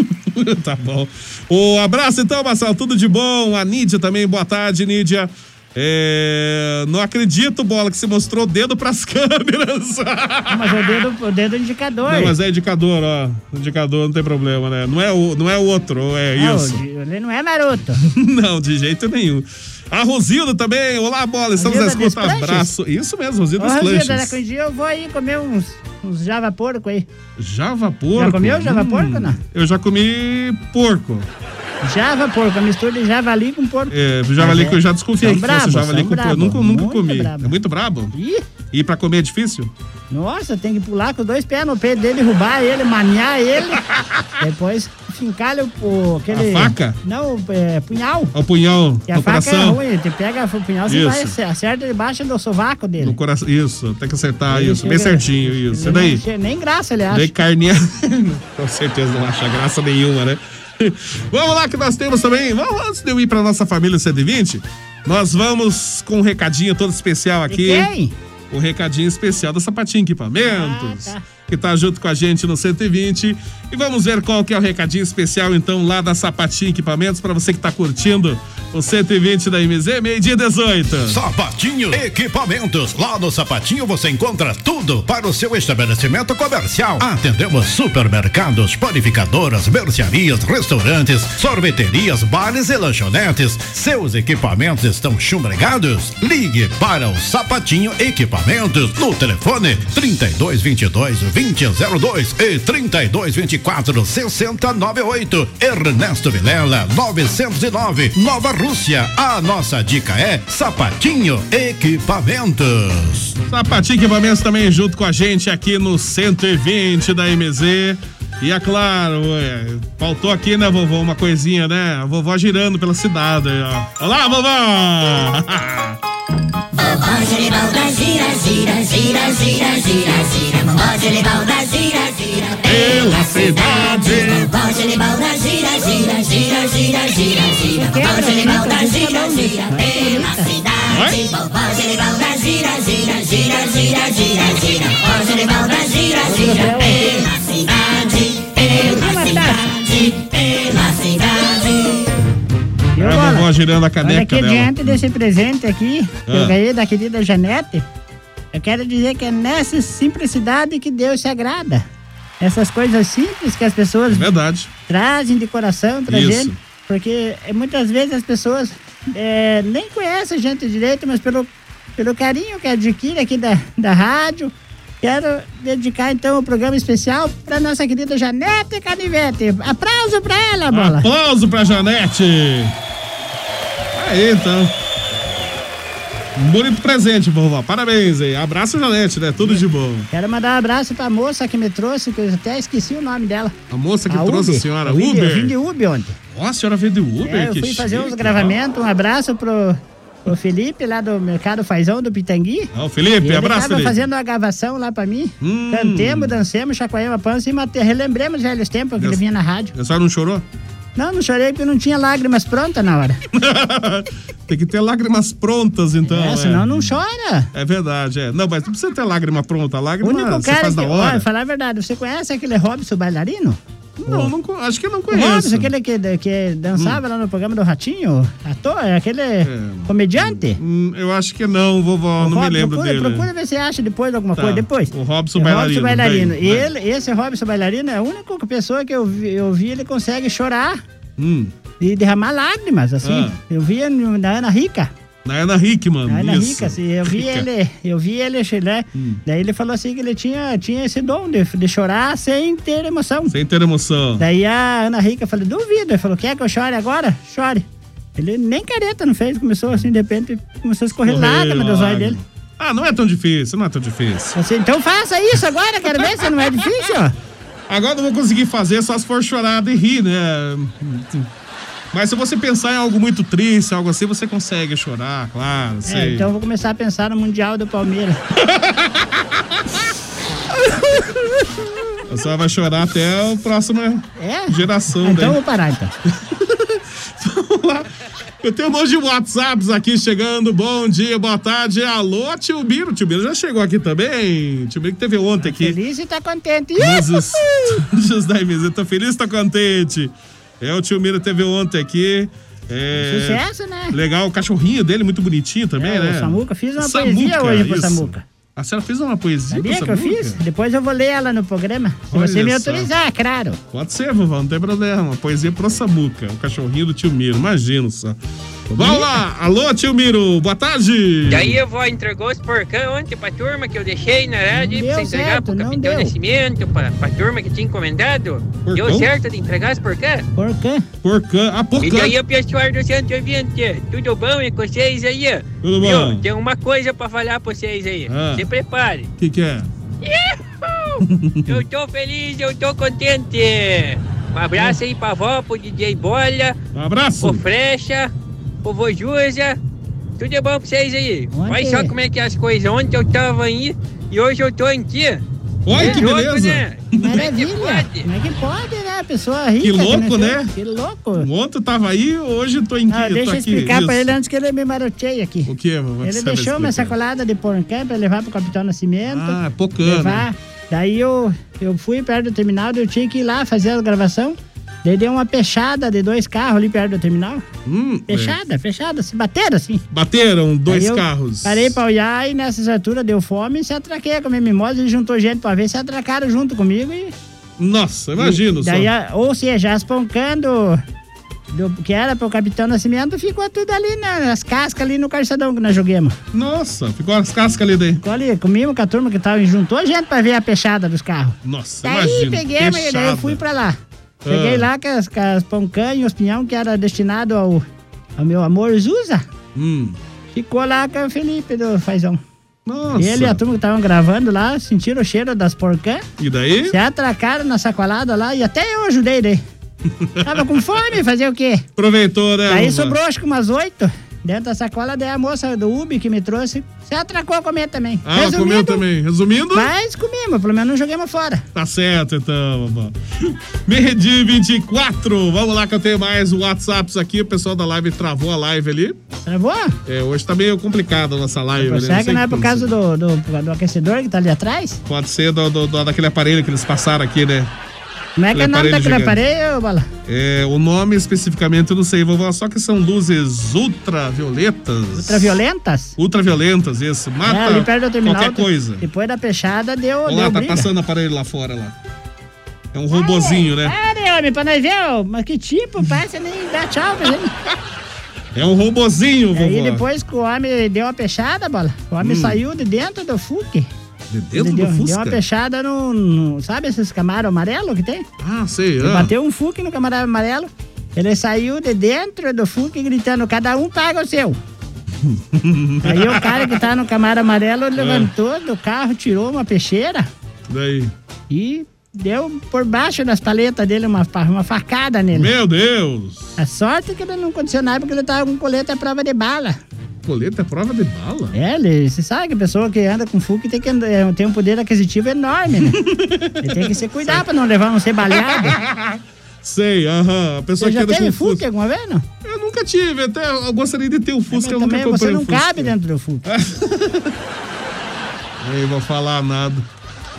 Speaker 1: tá bom. Um abraço então, Marcelo. Tudo de bom. A Nídia também, boa tarde, Nídia. É, não acredito, bola, que você mostrou o dedo pras câmeras.
Speaker 5: Mas o dedo, o dedo indicador.
Speaker 1: Não, mas é indicador, ó. Indicador não tem problema, né? Não é o, não é o outro, é
Speaker 5: Ah,
Speaker 1: isso.
Speaker 5: o di- Ele não é maroto.
Speaker 1: não, de jeito nenhum. A Rosilda também. Olá, bola. Estamos à
Speaker 5: Rosilda
Speaker 1: escuta.
Speaker 5: dos Lanches?
Speaker 1: Abraço. Isso mesmo,
Speaker 5: Ô,
Speaker 1: Rosilda dos
Speaker 5: Rosilda,
Speaker 1: Lanches.
Speaker 5: naquele um dia eu vou aí comer uns, uns java porco aí.
Speaker 1: Java porco. Hum,
Speaker 5: Já comeu java porco, não?
Speaker 1: Eu já comi porco.
Speaker 5: Java porco, a mistura de javali com porco.
Speaker 1: É, javali que eu já desconfiei
Speaker 5: São
Speaker 1: que fosse
Speaker 5: brabos,
Speaker 1: javali
Speaker 5: são
Speaker 1: com porco.
Speaker 5: brabos,
Speaker 1: Nunca, nunca
Speaker 5: é um muito
Speaker 1: comi.
Speaker 5: brabo.
Speaker 1: É muito brabo?
Speaker 5: Ih,
Speaker 1: E pra comer é difícil?
Speaker 5: nossa, tem que pular com os dois pés no peito dele, derrubar ele, maniar ele. depois fincar o, o aquele...
Speaker 1: A faca?
Speaker 5: Não, é, punhal.
Speaker 1: Ó, O punhão
Speaker 5: E a
Speaker 1: no
Speaker 5: faca é
Speaker 1: coração.
Speaker 5: ruim, tu pega o punhal, você
Speaker 1: Isso.
Speaker 5: vai, você acerta debaixo do sovaco dele.
Speaker 1: No coração. Isso, tem que acertar
Speaker 5: Ele
Speaker 1: isso.
Speaker 5: chega-
Speaker 1: Bem certinho, isso. E
Speaker 5: Ele não
Speaker 1: daí?
Speaker 5: che- Nem graça, ele acha.
Speaker 1: Daí carninha. Com certeza não acha graça nenhuma, né? Vamos lá que nós temos também. Vamos antes de eu ir pra nossa família 120. Nós vamos com um recadinho todo especial
Speaker 5: E
Speaker 1: aqui.
Speaker 5: quem?
Speaker 1: o recadinho especial da Sapatinho Equipamentos,
Speaker 5: Ah, tá.
Speaker 1: que tá junto com a gente no 120. E vamos ver qual que é o recadinho especial, então, lá da Sapatinho Equipamentos, para você que tá curtindo o 120 da MZ, meio-dia 18.
Speaker 7: Sapatinho Equipamentos. Lá no Sapatinho você encontra tudo para o seu estabelecimento comercial. Atendemos supermercados, panificadoras, mercearias, restaurantes, sorveterias, bares e lanchonetes. Seus equipamentos estão chumbregados? Ligue para o Sapatinho Equipamentos no telefone 3222 2002 e 3224 6098. Ernesto Vilela 909, Nova Rússia. A nossa dica é Sapatinho Equipamentos.
Speaker 1: Sapatinho Equipamentos também junto com a gente aqui no 120 da MZ. E é claro, é, faltou aqui, né, vovó, uma coisinha, né? A vovó girando pela cidade. aí, ó. Olá, vovó!
Speaker 8: Vovó de balda gira, gira, gira, gira, gira, gira. Vovó de balda gira, gira pela cidade. Vovó de balda gira, gira, gira, gira, gira, gira. Vovó de balda gira, gira pela cidade. Vovó de balda gira, gira, gira, gira, gira, gira. Vovó de balda gira, gira pela cidade. Pela cidade, pela cidade.
Speaker 5: Eu,
Speaker 1: É a
Speaker 5: Bola?
Speaker 1: vovó girando a
Speaker 5: Olha
Speaker 1: caneca
Speaker 5: aqui,
Speaker 1: dela.
Speaker 5: diante desse presente aqui, que
Speaker 1: Ah.
Speaker 5: eu ganhei da querida Janete, eu quero dizer que é nessa simplicidade que Deus se agrada. Essas coisas simples que as pessoas
Speaker 1: É Verdade.
Speaker 5: trazem de coração pra
Speaker 1: Isso.
Speaker 5: gente, porque eh, muitas vezes as pessoas eh, nem conhecem a gente direito, mas pelo, pelo carinho que adquire aqui da, da rádio, quero dedicar então o programa especial pra nossa querida Janete Canivete. Aplauso pra ela, bola!
Speaker 1: Aplauso pra Janete! Aí então. Um bonito presente, vovó. Parabéns aí. Abraço, Janete, né? Tudo de bom.
Speaker 5: Quero mandar um abraço pra moça que me trouxe, que eu até esqueci o nome dela.
Speaker 1: A moça que
Speaker 5: A
Speaker 1: trouxe
Speaker 5: Uber.
Speaker 1: a senhora,
Speaker 5: Eu vim de- Eu vim de
Speaker 1: Uber.
Speaker 5: Uber ontem.
Speaker 1: Ó, a senhora veio de Uber?
Speaker 5: É, eu
Speaker 1: que
Speaker 5: fui fazer
Speaker 1: chique,
Speaker 5: uns gravamentos, um abraço pro, pro Felipe lá do Mercado Fazão do Pitangui.
Speaker 1: ó. Ó, o Felipe,
Speaker 5: Ele
Speaker 1: abraço,
Speaker 5: tava
Speaker 1: Felipe.
Speaker 5: fazendo uma gravação lá pra mim.
Speaker 1: Hum.
Speaker 5: Cantemos, dancemos, chacoalhamos a pança e mate- relembremos velhos tempos que ele
Speaker 1: Deus.
Speaker 5: vinha na rádio.
Speaker 1: A senhora não chorou?
Speaker 5: Não, não chorei porque não tinha lágrimas prontas na hora.
Speaker 1: Tem que ter lágrimas prontas, então.
Speaker 5: é,
Speaker 1: é.
Speaker 5: senão não chora.
Speaker 1: É verdade, é. Não, mas não precisa ter lágrima pronta. A
Speaker 5: O
Speaker 1: lágrima
Speaker 5: único
Speaker 1: você
Speaker 5: cara
Speaker 1: faz
Speaker 5: que.
Speaker 1: na
Speaker 5: Olha,
Speaker 1: hora.
Speaker 5: falar a verdade, você conhece aquele Robson bailarino?
Speaker 1: Não, não, co- acho que eu não
Speaker 5: O
Speaker 1: conheço. Hum.
Speaker 5: Robson, aquele que, que dançava lá no programa do Ratinho, ator, aquele
Speaker 1: É.
Speaker 5: comediante.
Speaker 1: Hum, eu acho que não, vovó. não
Speaker 5: Rob,
Speaker 1: me lembro
Speaker 5: procura,
Speaker 1: dele.
Speaker 5: Procura ver se acha depois alguma
Speaker 1: Tá.
Speaker 5: coisa, depois.
Speaker 1: O Robson Bailarino,
Speaker 5: Bailarino.
Speaker 1: tem, né?
Speaker 5: Ele, esse Robson Bailarino é a única pessoa que eu vi, eu vi ele consegue chorar
Speaker 1: Hum.
Speaker 5: e derramar lágrimas,
Speaker 1: Ah.
Speaker 5: assim. Eu vi no- na Ana Rica.
Speaker 1: Diana Hickman.
Speaker 5: Na Ana
Speaker 1: isso.
Speaker 5: Rica, assim, eu vi
Speaker 1: Rica. Hum.
Speaker 5: ele, eu vi ele, né? Daí ele falou assim que ele tinha, tinha esse dom de, de chorar sem ter emoção.
Speaker 1: Sem ter emoção.
Speaker 5: Daí a Ana Rica falou, duvido. Ele falou, quer que eu chore agora? Chore. Ele nem careta não fez, começou assim, de repente, começou a escorrer
Speaker 1: Correr
Speaker 5: lágrimas dos olhos
Speaker 1: lágrima.
Speaker 5: dele.
Speaker 1: Ah, não é tão difícil, não é tão difícil.
Speaker 5: Você, então faça isso agora, quero ver se não é difícil.
Speaker 1: Agora não vou conseguir fazer só se for chorar e rir, né? Mas se você pensar em algo muito triste, algo assim, você consegue chorar, claro.
Speaker 5: É,
Speaker 1: sei.
Speaker 5: então eu vou começar a pensar no Mundial do Palmeiras.
Speaker 1: A senhora vai chorar até a próxima
Speaker 5: É?
Speaker 1: geração.
Speaker 5: Ah, então eu
Speaker 1: daí.
Speaker 5: vou parar então.
Speaker 1: Eu tenho um monte de WhatsApps aqui chegando. Bom dia, boa tarde. Alô, tio Biro. Tio Biro já chegou aqui também. Tio Biro que teve ontem aqui.
Speaker 5: Feliz e tá contente.
Speaker 1: Mas os os da MZ, tô feliz, tô contente. É, o tio Mira teve ontem aqui. É,
Speaker 5: Sucesso, né?
Speaker 1: Legal, o cachorrinho dele, muito bonitinho também,
Speaker 5: É, o
Speaker 1: né?
Speaker 5: Samuca. Fiz uma poesia hoje pro Samuca.
Speaker 1: A senhora fez uma poesia
Speaker 5: Sabia
Speaker 1: pro
Speaker 5: que eu
Speaker 1: Samuca?
Speaker 5: fiz? Depois eu vou ler ela no programa. Se
Speaker 1: Olha
Speaker 5: você me
Speaker 1: só.
Speaker 5: autorizar, claro.
Speaker 1: Pode ser, vovó, não tem problema. Uma poesia pro Samuca, o cachorrinho do tio Miro, imagina só. Vamos lá! Alô, tio Miro, boa tarde!
Speaker 9: E aí a vó entregou os porcão ontem pra turma que eu deixei na rádio
Speaker 1: Não
Speaker 9: pra você
Speaker 1: deu
Speaker 9: entregar
Speaker 1: certo,
Speaker 9: pro
Speaker 1: não
Speaker 9: Capitão
Speaker 1: deu.
Speaker 9: Nascimento, pra, pra turma que tinha encomendado. Deu
Speaker 1: Porcão?
Speaker 9: certo de entregar os porcão?
Speaker 5: Porcã.
Speaker 1: Porcã, ah, porcã.
Speaker 9: E daí o pessoal do Centro Ouvinte, tudo bom e com vocês aí?
Speaker 1: Tudo
Speaker 9: Viu?
Speaker 1: bom.
Speaker 9: Tem uma coisa pra falar pra vocês aí.
Speaker 1: Ah.
Speaker 9: Se prepare.
Speaker 1: O que, que é?
Speaker 9: Eu tô feliz, eu tô contente. Um abraço aí pra vó, pro DJ Bolha.
Speaker 1: Um abraço.
Speaker 9: Pro Frecha, pro Vojusa. Tudo é bom pra vocês aí. Olha só como é que é as coisas. Ontem eu tava aí e hoje eu tô aqui.
Speaker 1: Olha que
Speaker 9: louco,
Speaker 1: beleza.
Speaker 9: né?
Speaker 5: Maravilha. É, Como é que pode, né? Pessoa rica.
Speaker 1: Que louco,
Speaker 5: nasceu-
Speaker 1: né?
Speaker 5: Que louco.
Speaker 1: Ontem tava aí, hoje tô em
Speaker 5: Ah,
Speaker 1: que- tô
Speaker 5: deixa eu
Speaker 1: aqui,
Speaker 5: explicar pra
Speaker 1: isso.
Speaker 5: ele antes que ele me maroteie aqui.
Speaker 1: O que, vovó? é que
Speaker 5: Ele
Speaker 1: você vai
Speaker 5: deixou uma
Speaker 1: explicar?
Speaker 5: sacolada de porcã pra levar pro Capitão Nascimento.
Speaker 1: Ah, é porcã,
Speaker 5: Levar.
Speaker 1: né?
Speaker 5: Daí eu, eu fui perto do terminal, daí eu tinha que ir lá fazer a gravação. Daí deu uma fechada de dois carros ali perto do terminal. fechada, fechada, se bateram assim.
Speaker 1: Bateram Hum, é. dois
Speaker 5: Daí eu
Speaker 1: carros.
Speaker 5: Parei pra olhar e nessas alturas deu fome e se atraquei com a minha mimosa. Ele juntou gente pra ver, se atracaram junto comigo e.
Speaker 1: Nossa, imagino.
Speaker 5: e daí,
Speaker 1: só.
Speaker 5: a- Ou seja, as pancando do, que era pro Capitão Nascimento ficou tudo ali na- nas cascas ali no calçadão que nós joguemos.
Speaker 1: Nossa, ficou as cascas ali daí.
Speaker 5: Ficou ali, comimos com a turma que tava e juntou gente pra ver a peixada dos carros.
Speaker 1: Nossa,
Speaker 5: Daí
Speaker 1: imagino. Ah.
Speaker 5: peguei, mas daí eu
Speaker 1: fechada.
Speaker 5: fui pra lá. Cheguei lá com as, com as pancãs e os pinhão que era destinado ao, ao meu amor Zuza.
Speaker 1: Hum.
Speaker 5: Ficou lá com o Felipe do Fazão.
Speaker 1: Nossa.
Speaker 5: Ele e a turma que estavam gravando lá sentiram o cheiro das porcãs.
Speaker 1: E daí?
Speaker 5: Se atracaram na sacolada lá e até eu ajudei daí. Tava com fome, fazer o quê?
Speaker 1: Aproveitou, né?
Speaker 5: Daí
Speaker 1: vovó?
Speaker 5: sobrou acho que umas oito. Dentro da sacola, daí a moça do Ubi que me trouxe, se atracou a comer também.
Speaker 1: Ah, ela comeu também. Resumindo?
Speaker 5: Mas comemos, pelo menos não joguemos fora.
Speaker 1: Tá certo, então, vovó. Meio-dia e 24. Vamos lá que eu tenho mais WhatsApps aqui. O pessoal da live travou a live ali.
Speaker 5: Travou?
Speaker 1: É, hoje tá meio complicado a nossa live. né?
Speaker 5: Será que
Speaker 1: sei
Speaker 5: não é
Speaker 1: que-
Speaker 5: por causa do, do, do aquecedor que tá ali atrás?
Speaker 1: Pode ser do, do- do- daquele aparelho que eles passaram aqui, né?
Speaker 5: Como é que é o nome daquele
Speaker 1: gigante.
Speaker 5: aparelho, Bala?
Speaker 1: É, o nome especificamente eu não sei, vovó, só que são luzes ultravioletas.
Speaker 5: Ultraviolentas?
Speaker 1: Ultraviolentas, isso. Mata
Speaker 5: É, ali perto do terminal.
Speaker 1: qualquer
Speaker 5: de-
Speaker 1: coisa.
Speaker 5: Depois da fechada, deu,
Speaker 1: Olha
Speaker 5: deu
Speaker 1: lá, tá
Speaker 5: briga.
Speaker 1: passando aparelho lá fora, lá. É um robozinho, né?
Speaker 5: Pare, homem, É, pra nós ver, ó, mas que tipo, passa nem dá tchau pra gente.
Speaker 1: É um robozinho,
Speaker 5: E aí
Speaker 1: vovó.
Speaker 5: depois que o homem deu uma fechada, bola, o homem
Speaker 1: Hum.
Speaker 5: saiu de dentro do FUC.
Speaker 1: De dentro
Speaker 5: Ele
Speaker 1: do
Speaker 5: deu, deu
Speaker 1: Fusca?
Speaker 5: uma fechada no, no- Sabe esses camarão amarelo que tem?
Speaker 1: Ah, sei.
Speaker 5: Ele
Speaker 1: ah.
Speaker 5: bateu um FUC no camarão amarelo. Ele saiu de dentro do FUC gritando, cada um paga o seu.
Speaker 1: Hum.
Speaker 5: Aí o cara que tá no camarão
Speaker 1: É.
Speaker 5: amarelo levantou do carro, tirou uma peixeira
Speaker 1: Daí.
Speaker 5: e deu por baixo das paletas dele uma, fa- uma facada nele.
Speaker 1: Meu Deus!
Speaker 5: A sorte é que ele não aconteceu nada porque ele tava com colete à prova de bala.
Speaker 1: Colete à prova de bala?
Speaker 5: É, ele, você sabe que a pessoa que anda com FUC tem, que andar- é, tem um poder aquisitivo enorme, né? ele tem que se cuidar pra não levar, não ser baleado.
Speaker 1: Sei, aham. A pessoa
Speaker 5: Você
Speaker 1: que um
Speaker 5: já
Speaker 1: anda com
Speaker 5: teve
Speaker 1: Fusca.
Speaker 5: FUC alguma vez, não?
Speaker 1: Eu nunca tive, até eu gostaria de ter um Fusca, eu nunca
Speaker 5: Também
Speaker 1: comprei
Speaker 5: você
Speaker 1: um
Speaker 5: não
Speaker 1: Fusca. É,
Speaker 5: cabe dentro do FUC.
Speaker 1: Nem vou falar nada.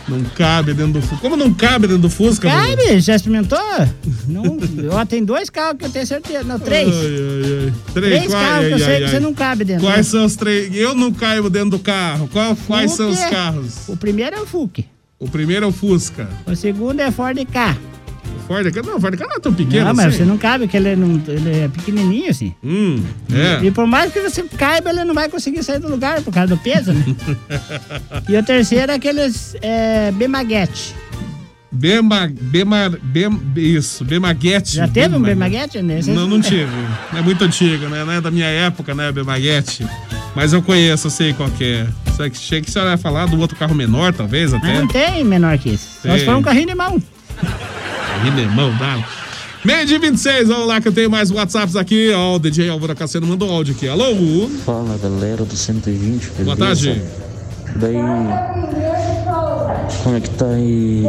Speaker 1: Não cabe dentro do Fusca. Como não cabe dentro do Fusca? mano?
Speaker 5: Cabe, já experimentou? Não, ó, tem dois carros que eu tenho certeza, não, três.
Speaker 1: Ai, ai, ai. Três,
Speaker 5: Três
Speaker 1: qual-
Speaker 5: carros que eu
Speaker 1: ai,
Speaker 5: sei
Speaker 1: ai,
Speaker 5: que
Speaker 1: ai.
Speaker 5: você não cabe dentro. né?
Speaker 1: Quais são os três? Eu não caibo dentro do carro. Qual- quais são os
Speaker 5: Fusca.
Speaker 1: carros?
Speaker 5: O primeiro é o FUC,
Speaker 1: O primeiro é o Fusca.
Speaker 5: o segundo é Ford K.
Speaker 1: O Ford Ka- Não, o Ford Ka não é tão pequeno
Speaker 5: não, mas
Speaker 1: assim.
Speaker 5: você não cabe, porque ele, não, ele é pequenininho assim.
Speaker 1: Hum, é.
Speaker 5: E por mais que você caiba, ele não vai conseguir sair do lugar por causa do peso, né? E o terceiro é aqueles é, Bemaguete.
Speaker 1: Bema, Bema, Bem- isso, Bemaguete.
Speaker 5: Já teve um Bemaguete? Né? Vocês-
Speaker 1: Não, não tive. É muito antigo, né? Não é da minha época, né, Bemaguete? Mas eu conheço, eu sei qual que é. Só que achei que a senhora ia falar do outro carro menor, talvez, até.
Speaker 5: Mas não tem menor que esse. Só
Speaker 1: Tem.
Speaker 5: se for um carrinho de mão.
Speaker 1: Aí, meu irmão, dá. Meio de 26, vamos lá que eu tenho mais WhatsApps aqui. Ó, o DJ Álvaro Cassiano mandou áudio aqui. Alô?
Speaker 10: Fala galera do 120, beleza?
Speaker 1: Boa tarde.
Speaker 10: Daí, como é que tá aí,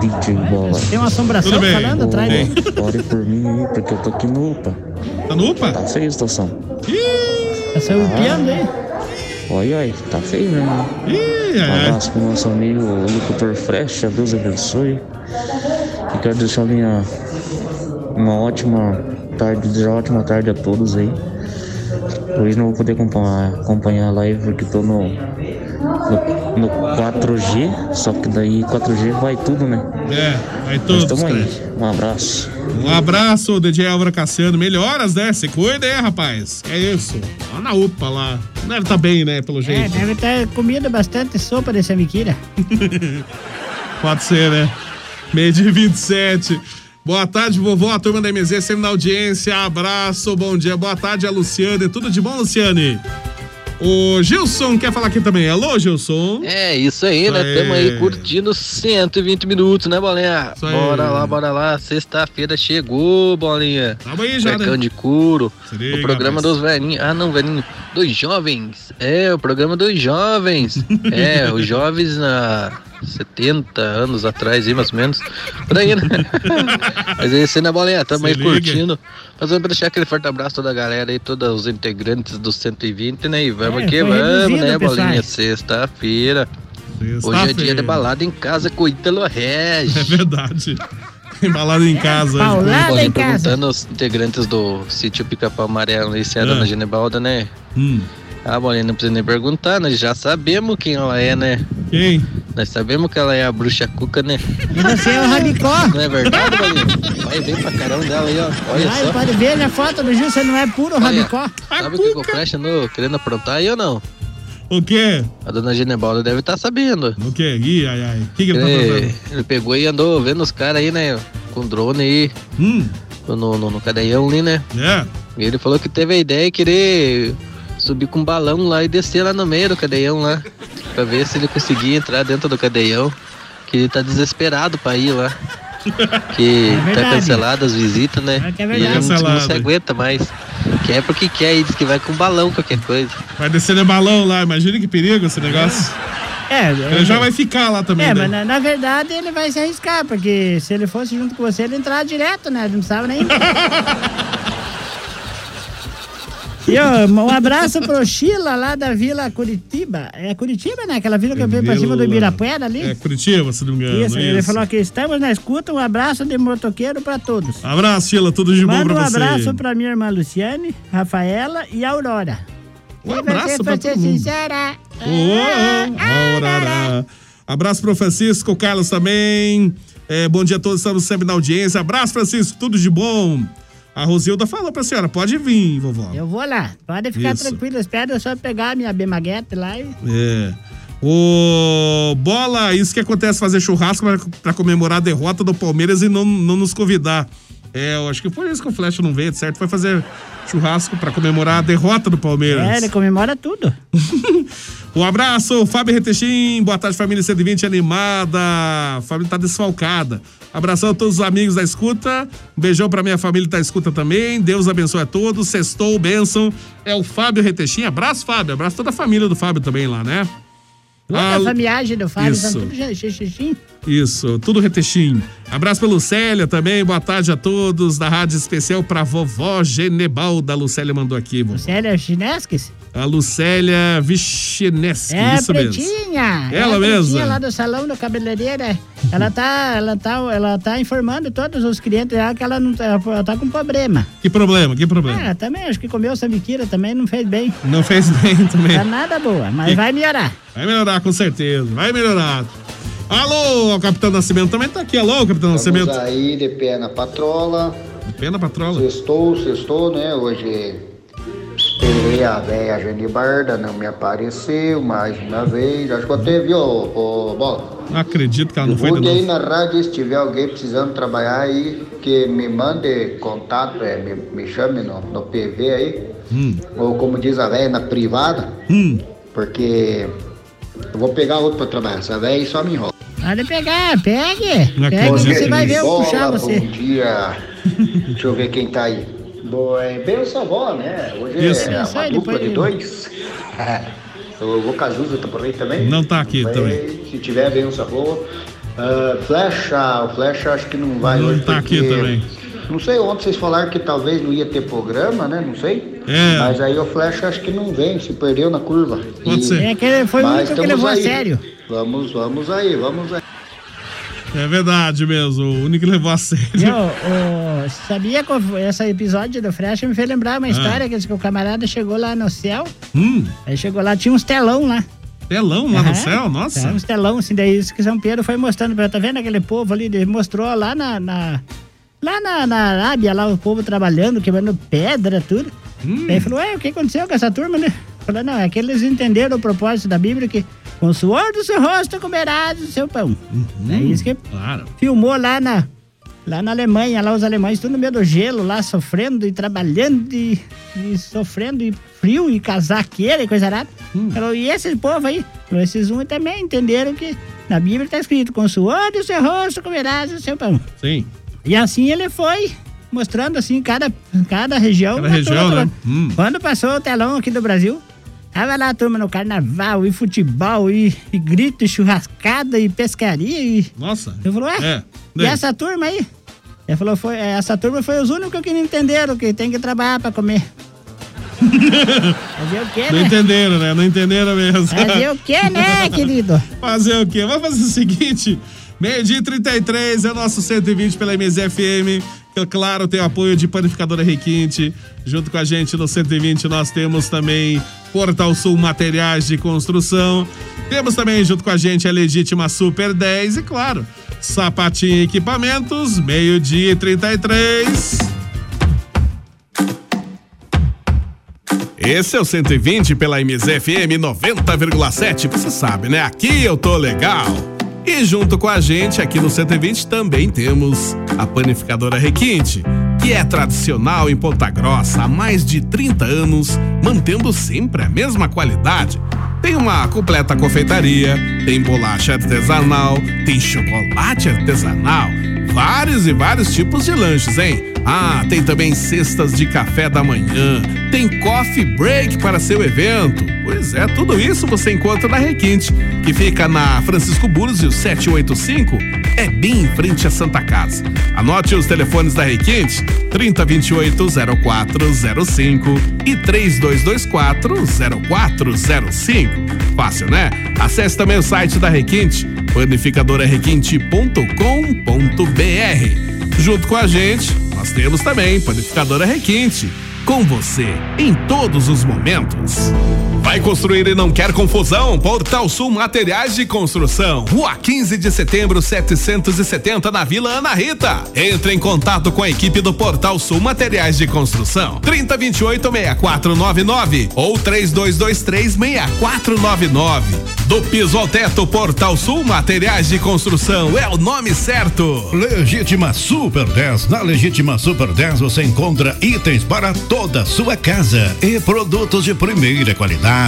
Speaker 10: DJ Bola?
Speaker 5: Tem uma assombração Tudo bem. falando atrás
Speaker 10: Boa,
Speaker 5: dele.
Speaker 10: Ore por mim aí, porque eu tô aqui no UPA.
Speaker 1: Tá no UPA?
Speaker 10: Tá feia a situação.
Speaker 5: Tá saiu
Speaker 10: Ah.
Speaker 5: piando, hein?
Speaker 10: Oi, oi, tá feio mesmo. Um abraço pro nosso amigo locutor Frecha, Deus abençoe. E quero deixar minha, uma ótima tarde, desejar uma ótima tarde a todos aí. Hoje não vou poder acompanhar, acompanhar a live porque tô no, no, no 4G, só que daí 4G vai tudo, né?
Speaker 1: É, vai
Speaker 10: Mas
Speaker 1: todos.
Speaker 10: tamo
Speaker 1: cara.
Speaker 10: aí, um abraço.
Speaker 1: Um abraço, DJ Álvaro Cassiano. Melhoras, né? Se cuida aí, rapaz. É isso. Lá na UPA lá. Deve tá bem, né? Pelo jeito.
Speaker 5: É, deve ter comido bastante sopa desse amiquira.
Speaker 1: Pode ser, né? Meio de 27. Boa tarde, vovó, a turma da MZ, sempre na audiência. Abraço, bom dia. Boa tarde, a Luciane. Tudo de bom, Luciane? O Gilson quer falar aqui também. Alô, Gilson?
Speaker 11: É isso aí, né?
Speaker 1: Isso aí.
Speaker 11: Tamo aí curtindo 120 minutos, né, Bolinha?
Speaker 1: aí.
Speaker 11: Bora lá, bora lá. Sexta-feira chegou, Bolinha.
Speaker 1: Tamo aí já,
Speaker 11: Pecão
Speaker 1: né?
Speaker 11: de couro.
Speaker 1: liga,
Speaker 11: o programa
Speaker 1: mas-
Speaker 11: dos velhinhos. Ah, não, velhinho. Dos jovens. É, o programa dos jovens. é, os jovens na... 70 anos atrás, aí, mais ou menos. Por aí, né? Mas é isso aí, né, Bolinha? Tamo
Speaker 12: Se
Speaker 11: aí
Speaker 12: liga.
Speaker 11: curtindo. Mas vamos deixar aquele forte abraço toda a galera aí, todos os integrantes do 120, né? E vamos
Speaker 12: É,
Speaker 11: que
Speaker 12: foi
Speaker 11: vamos,
Speaker 12: reduzido,
Speaker 11: né,
Speaker 12: pessoal.
Speaker 11: Bolinha? Sexta-feira. Hoje é dia de balada em casa com o Ítalo Regi. É
Speaker 1: verdade. Embalado em casa.
Speaker 11: Paulada
Speaker 1: hoje.
Speaker 11: em perguntando aos integrantes do sítio Pica-Pau Amarelo e se é a
Speaker 1: Ah.
Speaker 11: dona Genebalda, né?
Speaker 1: Hum.
Speaker 11: Ah, Bolinha, não precisa nem perguntar, nós já sabemos quem ela é, né?
Speaker 1: Quem?
Speaker 11: Nós sabemos que ela é a bruxa cuca, né?
Speaker 5: E você é o Rabicó.
Speaker 11: Não é verdade, Bolinha? Vai ver pra caramba dela aí, ó. Olha
Speaker 5: Ai,
Speaker 11: só.
Speaker 5: pode ver na foto do Gil, você não é puro
Speaker 11: Olha,
Speaker 5: rabicó.
Speaker 11: Sabe o que que o Flecha andou querendo aprontar aí ou não?
Speaker 1: O quê?
Speaker 11: A dona Genebalda deve estar sabendo.
Speaker 1: O quê? Ih, ai, ai. O que, que ele tá
Speaker 11: ele,
Speaker 1: fazendo?
Speaker 11: ele pegou e andou vendo os caras aí, né? Com drone aí. No, no, no cadeião ali, né?
Speaker 1: Hum. É.
Speaker 11: E ele falou que teve a ideia de querer subir com um balão lá e descer lá no meio do cadeião lá. Pra ver se ele conseguia entrar dentro do cadeião. Que ele tá desesperado pra ir lá.
Speaker 1: É
Speaker 11: Que tá
Speaker 12: verdade.
Speaker 11: cancelado as visitas, né?
Speaker 12: É que é
Speaker 11: e
Speaker 12: verdade.
Speaker 11: ele não, não se
Speaker 1: Cancelado.
Speaker 11: aguenta mais. Quer porque quer, e diz que vai com um balão qualquer coisa.
Speaker 1: Vai descer de balão lá, imagina que perigo esse negócio.
Speaker 5: É,
Speaker 1: Ele já vai ficar lá também. né?
Speaker 5: É,
Speaker 1: daí.
Speaker 5: mas na, na verdade ele vai se arriscar, porque se ele fosse junto com você, ele entrava direto, né? Não precisava nem. E ó, um abraço pro Sheila lá da Vila Curitiba. É Curitiba, né? Aquela vila que eu veio pra cima do
Speaker 1: Vila-
Speaker 5: Ibirapuera ali.
Speaker 1: É Curitiba, se não me engano.
Speaker 5: Isso, ele falou que estamos na escuta. Um abraço de motoqueiro pra todos.
Speaker 1: Abraço, Sheila, tudo de bom
Speaker 5: Manda
Speaker 1: pra
Speaker 5: um
Speaker 1: você.
Speaker 5: abraço pra minha irmã Luciane, Rafaela e Aurora.
Speaker 1: Um
Speaker 5: você,
Speaker 1: abraço pra
Speaker 5: ser
Speaker 1: todo mundo.
Speaker 5: sincera.
Speaker 1: Ô, ô, ô, orará. Abraço pro Francisco, o Carlos também. É, bom dia a todos, estamos sempre na audiência. Abraço, Francisco, tudo de bom. A Rosilda falou pra senhora, pode vir, vovó.
Speaker 5: Eu vou lá. Pode ficar
Speaker 1: Isso.
Speaker 5: tranquilo, espera eu só pegar a minha bemaguete lá e.
Speaker 1: É. Ô, bola, isso que acontece fazer churrasco pra, pra comemorar a derrota do Palmeiras e não, não nos convidar. É, eu acho que por isso que o Flash não veio, certo? Foi fazer churrasco pra comemorar a derrota do Palmeiras.
Speaker 5: É, ele comemora tudo.
Speaker 1: Um abraço, Fábio Retechim. Boa tarde, família 120 animada. A Família tá desfalcada. Abração a todos os amigos da escuta. Um beijão pra minha família que tá escuta também. Deus abençoe a todos. Sextou, bênção. É o Fábio Retechim. Abraço, Fábio. Abraço toda a família do Fábio também lá, né?
Speaker 5: Toda
Speaker 1: Ah,
Speaker 5: a famiagem do Fábio,
Speaker 1: isso.
Speaker 5: são tudo gente, gente, gente.
Speaker 1: Isso, tudo retexinho. Abraço pra Lucélia também, boa tarde a todos da Rádio Especial pra vovó Genebalda. A Lucélia mandou aqui, vovó.
Speaker 5: Sério, Chinesques?
Speaker 1: A Lucélia Vicheneski,
Speaker 5: É,
Speaker 1: isso mesmo.
Speaker 5: pretinha.
Speaker 1: Ela
Speaker 5: é a
Speaker 1: mesma.
Speaker 5: Pretinha lá do salão do cabeleireira. Ela tá, ela tá, ela tá informando todos os clientes dela que ela não tá, ela tá com problema.
Speaker 1: Que problema, que problema.
Speaker 5: Ah, também acho que comeu sambiquira também não fez bem.
Speaker 1: Não fez bem também.
Speaker 5: Tá nada boa, mas
Speaker 1: E-
Speaker 5: vai melhorar.
Speaker 1: Vai melhorar, com certeza, vai melhorar. Alô, o Capitão Nascimento também tá aqui. Alô, Capitão Nascimento.
Speaker 13: Estamos aí de pé na patrola.
Speaker 1: De pé na patrola?
Speaker 13: Sextou, sextou, né? Hoje esperei a velha Genibarda, não me apareceu mais uma vez. Acho que até viu, ô, ô, Bola.
Speaker 1: Não acredito que ela não foi de
Speaker 13: Divulgue aí
Speaker 1: novo.
Speaker 13: na rádio se tiver alguém precisando trabalhar aí, que me mande contato, é, me, me chame no, no PV aí.
Speaker 1: Hum.
Speaker 13: Ou como diz a velha, na privada,
Speaker 14: É,
Speaker 1: Hum.
Speaker 13: porque eu vou pegar outro pra trabalhar. Essa velha aí só me enrola.
Speaker 5: Pode pegar, pegue.
Speaker 13: Bom
Speaker 5: Pegue,
Speaker 13: dia,
Speaker 5: você vai ver eu
Speaker 13: Bola,
Speaker 5: puxar
Speaker 13: Bom
Speaker 5: você.
Speaker 13: dia. Deixa eu ver quem tá aí. Boa, é bem sua avó, né? Hoje
Speaker 1: Isso.
Speaker 13: é
Speaker 1: Isso
Speaker 13: uma
Speaker 1: aí, depois
Speaker 13: dupla de
Speaker 1: ele-
Speaker 13: dois. É. o Bocazuza tá por aí também?
Speaker 1: Não tá aqui
Speaker 13: Mas
Speaker 1: também.
Speaker 13: Se tiver, bem sua avó. Ah, Flecha, o Flecha acho que não vai
Speaker 1: Não
Speaker 13: hoje.
Speaker 1: tá aqui
Speaker 13: porque-
Speaker 1: também.
Speaker 13: Não sei, ontem vocês falaram que talvez não ia ter programa, né? Não sei.
Speaker 1: É.
Speaker 13: Mas aí o Flecha acho que não vem, se perdeu na curva.
Speaker 1: Pode ser. É que
Speaker 5: ele- foi
Speaker 13: Mas
Speaker 5: muito que
Speaker 13: estamos
Speaker 5: levou a
Speaker 13: aí.
Speaker 5: sério.
Speaker 13: Vamos, vamos aí, vamos aí.
Speaker 1: É verdade mesmo, o único que levou a sério.
Speaker 5: Meu, o- sabia que o- esse episódio do Fresh me fez lembrar uma
Speaker 1: Ah.
Speaker 5: história que, diz que o camarada chegou lá no céu,
Speaker 1: Hum,
Speaker 5: aí chegou lá, tinha uns telão lá.
Speaker 1: telão lá
Speaker 5: Aham.
Speaker 1: no céu, nossa.
Speaker 5: Tá, uns telão, assim, daí isso que São Pedro foi mostrando pra tá vendo aquele povo ali, ele mostrou lá na, na- lá na, na Arábia, lá o povo trabalhando, quebrando pedra, tudo.
Speaker 1: Hum.
Speaker 5: Daí falou, ué, o que aconteceu com essa turma, né? Falou, não, é que eles entenderam o propósito da Bíblia que com o suor do seu rosto comerás o seu pão.
Speaker 1: Uhum.
Speaker 5: É isso que
Speaker 1: Claro.
Speaker 5: filmou lá na, lá na Alemanha, lá os alemães tudo no meio do gelo, lá sofrendo e trabalhando e, e sofrendo e frio e casaqueira e coisa arada.
Speaker 1: Hum.
Speaker 5: Falou, e esse povo aí, falou, esses um também entenderam que na Bíblia está escrito, com o suor do seu rosto comerás o seu pão.
Speaker 1: Sim.
Speaker 5: E assim ele foi mostrando assim cada, cada região.
Speaker 1: Cada
Speaker 5: uma
Speaker 1: região,
Speaker 5: turma.
Speaker 1: né? Hum.
Speaker 5: Quando passou o telão aqui do Brasil, tava lá a turma no carnaval e futebol e, e grito e churrascada e pescaria e...
Speaker 1: Nossa.
Speaker 5: Eu falou, ué,
Speaker 1: É,
Speaker 5: e
Speaker 1: daí?
Speaker 5: essa turma aí? Ele falou, foi, é, essa turma foi os únicos que não entenderam que tem que trabalhar pra comer. Fazer o quê,
Speaker 1: Não
Speaker 5: né?
Speaker 1: entenderam, né? Não entenderam mesmo.
Speaker 5: Fazer o quê, né, querido?
Speaker 1: Fazer o quê? Vamos fazer o seguinte: meio-dia e 33 é o nosso 120 pela MZFM. que, Claro, tem o apoio de Panificadora Requinte. Junto com a gente no 120, nós temos também Portal Sul Materiais de Construção. Temos também junto com a gente a Legítima Super 10 e, claro, Sapatinho Equipamentos, meio-dia e 33. Esse é o 120 pela MZFM 90,7. Você sabe, né? Aqui eu tô legal. E junto com a gente aqui no 120 também temos a panificadora Requinte, que é tradicional em Ponta Grossa há mais de 30 anos, mantendo sempre a mesma qualidade. Tem uma completa confeitaria, tem bolacha artesanal, tem chocolate artesanal. Vários e vários tipos de lanches, hein? Ah, tem também cestas de café da manhã, tem coffee break para seu evento. Pois é, tudo isso você encontra na Requinte, que fica na Francisco Búzios 785, é bem em frente à Santa Casa. Anote os telefones da Requinte: 3028-0405 e 3224-0405. Fácil, né? Acesse também o site da Requinte, panificadorarequinte.com.br. Junto com a gente, nós temos também Panificadora Requinte. Com você em todos os momentos. Vai construir e não quer confusão? Portal Sul Materiais de Construção. Rua 15 de setembro, 770, na Vila Ana Rita. Entre em contato com a equipe do Portal Sul Materiais de Construção. 3028-6499 ou 3223-6499. Do piso ao teto, Portal Sul Materiais de Construção. É o nome certo.
Speaker 7: Legítima Super 10. Na Legítima Super 10 você encontra itens para toda a sua casa e produtos de primeira qualidade.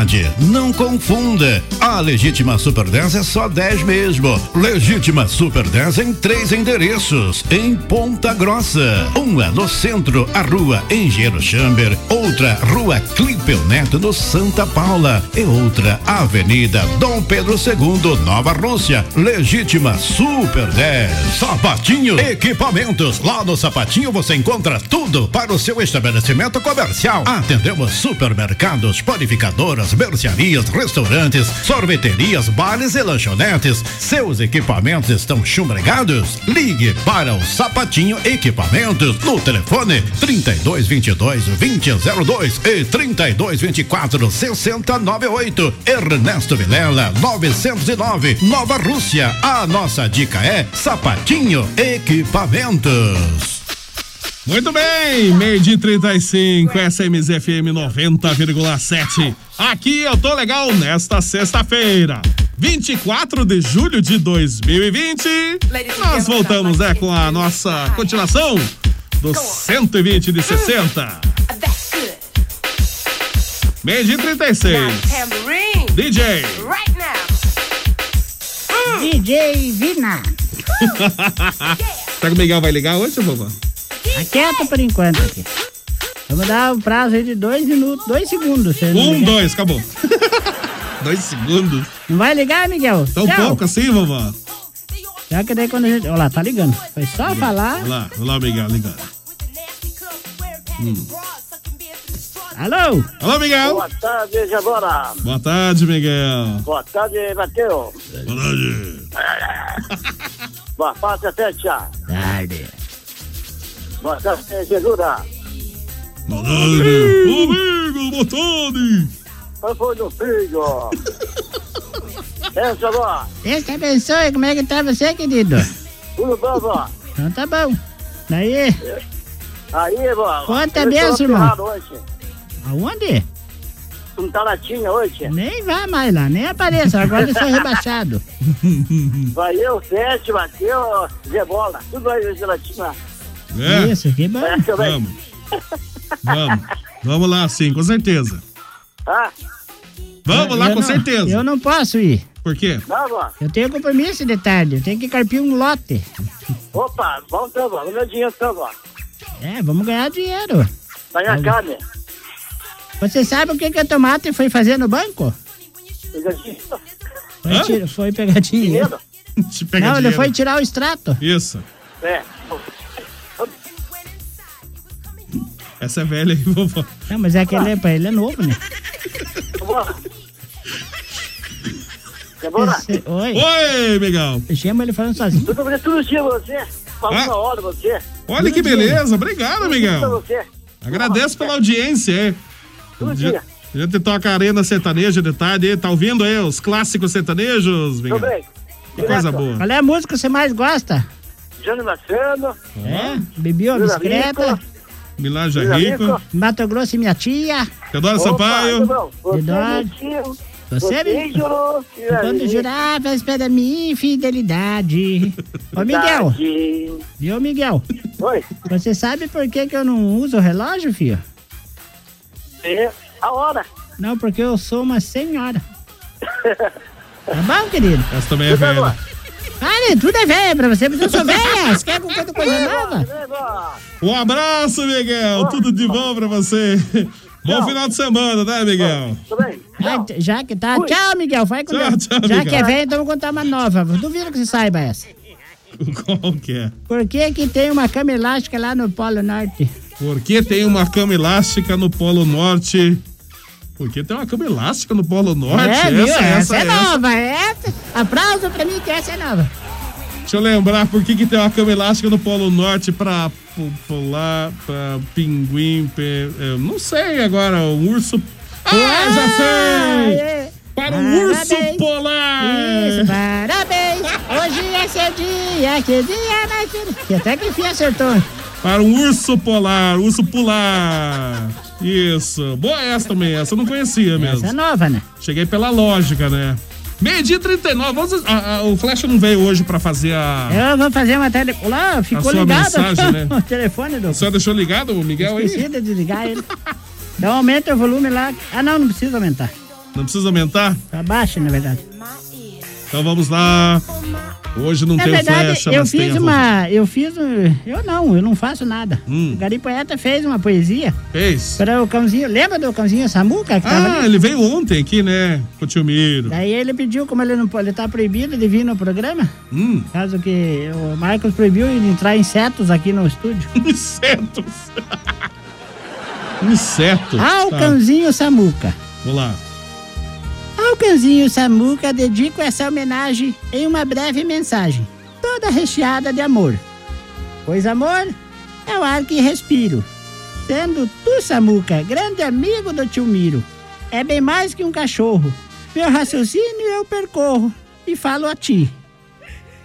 Speaker 7: Não confunda. A Legítima Super 10 é só 10 mesmo. Legítima Super 10 em três endereços. Em Ponta Grossa. Uma no centro, a rua Engenheiro Chamber. Outra, rua Clipeu Neto, no Santa Paula. E outra, Avenida Dom Pedro II, Nova Rússia. Legítima Super 10. Sapatinho Equipamentos. Lá no Sapatinho você encontra tudo para o seu estabelecimento comercial. Atendemos supermercados, panificadoras, mercearias, restaurantes, sorveterias, bares e lanchonetes. Seus equipamentos estão chumbregados? Ligue para o Sapatinho Equipamentos no telefone 3222 2002 e 3224 6098. Ernesto Vilela 909, Nova Rússia. A nossa dica é Sapatinho Equipamentos.
Speaker 1: Muito bem, meio de 35, essa é a MZFM 90,7. Aqui eu tô legal nesta sexta-feira, 24 de julho de 2020. Nós voltamos, né, com a nossa continuação do 120 de 60.
Speaker 12: That's good.
Speaker 1: Meio de 36.
Speaker 12: Tambourine.
Speaker 1: DJ.
Speaker 12: Right now.
Speaker 5: DJ Vina.
Speaker 1: Será que o Miguel vai ligar hoje, vovó?
Speaker 5: Tá quieto por enquanto aqui. Vamos dar um prazo aí de dois minutos, dois segundos. se ele não
Speaker 1: Um,
Speaker 5: ligar.
Speaker 1: dois, acabou. dois segundos.
Speaker 5: Não vai ligar, Miguel?
Speaker 1: Tão
Speaker 5: Tchau.
Speaker 1: pouco assim, vovó?
Speaker 5: Já que daí quando a gente... Olha lá, tá ligando. Foi só falar.
Speaker 1: Olha lá, olha lá, o Miguel, liga. Hum.
Speaker 5: Hum. Alô?
Speaker 1: Alô, Miguel.
Speaker 14: Boa tarde, Jabora.
Speaker 1: Boa tarde, Miguel.
Speaker 14: Boa tarde, Matheus.
Speaker 1: Boa tarde.
Speaker 14: Boa tarde, até tchau.
Speaker 5: Tarde.
Speaker 14: Boa tarde, segura.
Speaker 1: Amigo, Botone!
Speaker 14: Eu vou no filho. Essa agora.
Speaker 5: Deus te abençoe, como é que tá você, querido?
Speaker 14: Tudo bom, vó?
Speaker 5: Então tá bom. Daí,
Speaker 14: Aí, vó.
Speaker 5: Conta
Speaker 14: Eu
Speaker 5: mesmo,
Speaker 14: tô
Speaker 5: irmão.
Speaker 14: ferrado Hoje.
Speaker 5: aonde?
Speaker 14: Não tá latinha hoje.
Speaker 5: Nem vai mais lá, nem apareça, agora eu sou rebaixado.
Speaker 14: Vai eu, Sete, Mateu, Zé Bola. Tudo aí, hoje latinha.
Speaker 5: Isso, que bom.
Speaker 14: Essa vai.
Speaker 1: É? Vamos. Vamos. Vamos lá, sim, com certeza.
Speaker 14: Ah,
Speaker 1: Vamos
Speaker 5: Eu-
Speaker 1: lá,
Speaker 5: eu
Speaker 1: com
Speaker 5: não-
Speaker 1: certeza.
Speaker 5: Eu não posso ir.
Speaker 1: Por quê?
Speaker 14: não, vó.
Speaker 5: Eu tenho compromisso de tarde, eu tenho que carpir um lote.
Speaker 14: Opa, bom então, vó. O meu dinheiro então, vó.
Speaker 5: É, vamos ganhar dinheiro.
Speaker 14: Tá na
Speaker 5: Olha.
Speaker 14: carne.
Speaker 5: Você sabe o que, que a Tomate foi fazer no banco?
Speaker 14: Eu já disse.
Speaker 5: Foi, tira- foi pegar dinheiro. não, ele foi tirar o extrato.
Speaker 1: Isso.
Speaker 14: É.
Speaker 1: Essa é velha aí, vovó.
Speaker 5: Não, mas é que ele, é- pra ele é novo, né?
Speaker 14: Vó. Zé Bola.
Speaker 5: Esse- oi.
Speaker 1: Oi, Miguel.
Speaker 5: Chama ele falando sozinho.
Speaker 14: Tudo bem, É tudo dia você. Falando na hora você.
Speaker 1: Ah. Olha que beleza, obrigado,
Speaker 14: Tudo
Speaker 1: Miguel.
Speaker 14: dia você.
Speaker 1: Agradeço pela audiência, é.
Speaker 14: Todo
Speaker 1: Já,
Speaker 14: dia.
Speaker 1: já te toca a Arena Sertaneja de tarde, tá ouvindo aí os clássicos sertanejos, Miguel?
Speaker 14: Tudo bem.
Speaker 1: Que coisa boa.
Speaker 5: Qual é a música que você mais gosta?
Speaker 14: Jânio Lassano.
Speaker 5: É? Bebeu a
Speaker 14: Vila
Speaker 5: discreta,
Speaker 1: Milaja
Speaker 14: Vila
Speaker 1: Rico.
Speaker 14: Rico.
Speaker 5: Mato Grosso e minha tia.
Speaker 1: Teodoro Sampaio.
Speaker 14: é
Speaker 5: Teodoro. Você me
Speaker 14: jurou que era
Speaker 5: Quando
Speaker 14: mim.
Speaker 5: jurava, espera minha infidelidade. Ô, Miguel. Viu, Miguel?
Speaker 14: Oi.
Speaker 5: Você sabe por que, que eu não uso relógio, filho?
Speaker 14: É, a hora.
Speaker 5: Não, porque eu sou uma senhora. Tá bom, querido?
Speaker 1: Essa também é velha.
Speaker 5: Pare, tudo é velha pra você, mas eu sou velha. Você quer qualquer
Speaker 14: É,
Speaker 5: coisa nova?
Speaker 1: Um abraço, Miguel. Tudo de bom pra você. Bom final de semana, né, Miguel?
Speaker 5: Ah, t- já que tá. Tchau, Miguel. Vai com
Speaker 1: Tchau,
Speaker 5: Deus.
Speaker 1: tchau,
Speaker 5: Já
Speaker 1: Miguel.
Speaker 5: que é velho, então eu vou contar uma nova. Duvido que você saiba essa.
Speaker 1: Qual que é?
Speaker 5: Por que, que tem uma cama elástica lá no Polo Norte?
Speaker 1: Por que tem uma cama elástica no Polo Norte? Por que tem uma cama elástica no Polo Norte?
Speaker 5: é, viu? Essa, é
Speaker 1: essa.
Speaker 5: nova. Essa. Aplauso pra mim que essa é nova.
Speaker 1: Deixa eu lembrar por que, que tem uma cama elástica no Polo Norte pra pu- pular, pra pinguim, pe- eu não sei agora, um urso. Ah, já sei! Para um urso polar!
Speaker 5: Isso, parabéns! Hoje é seu dia, que dia mais feliz. Que até que enfim acertou.
Speaker 1: Para um urso polar, urso pular. Isso. Boa essa também, essa eu não conhecia mesmo.
Speaker 5: Essa é nova, né?
Speaker 1: Cheguei pela lógica, né? Meio dia 39, vamos, a- a- o Flash não veio hoje pra fazer a...
Speaker 5: Eu vou fazer uma tele... Lá, É, ficou
Speaker 1: Ah. sua
Speaker 5: ligado
Speaker 1: mensagem, né?
Speaker 5: o telefone do...
Speaker 1: O senhor deixou ligado o Miguel aí?
Speaker 5: Esqueci de desligar ele. Então aumenta o volume lá. Ah, não, não precisa aumentar.
Speaker 1: Não precisa aumentar?
Speaker 5: Tá baixo, na verdade.
Speaker 1: Então vamos lá. Hoje não
Speaker 5: na
Speaker 1: tem
Speaker 5: É verdade,
Speaker 1: flecha,
Speaker 5: eu
Speaker 1: mas tem
Speaker 5: fiz
Speaker 1: a
Speaker 5: uma... Eu fiz... um- Eu não, eu não faço nada.
Speaker 1: Hum.
Speaker 5: O Gari Poeta fez uma poesia
Speaker 1: Fez?
Speaker 5: para o Cãozinho... Lembra do Cãozinho Samuca que tava
Speaker 1: É Ah,
Speaker 5: ali?
Speaker 1: ele veio ontem aqui, né? Com o tio Miro.
Speaker 5: Daí ele pediu, como ele não pode, ele tá proibido de vir no programa.
Speaker 1: Hum.
Speaker 5: Caso que o Marcos proibiu de entrar insetos aqui no estúdio.
Speaker 1: Insetos! Inseto.
Speaker 5: Ao
Speaker 1: Tá,
Speaker 5: Ah, cãozinho Samuca.
Speaker 1: Vamos lá.
Speaker 5: Ao cãozinho Samuca dedico essa homenagem em uma breve mensagem, toda recheada de amor. Pois amor é o ar que respiro. Sendo tu, Samuca, grande amigo do tio Miro. É bem mais que um cachorro. Meu raciocínio eu percorro e falo a ti.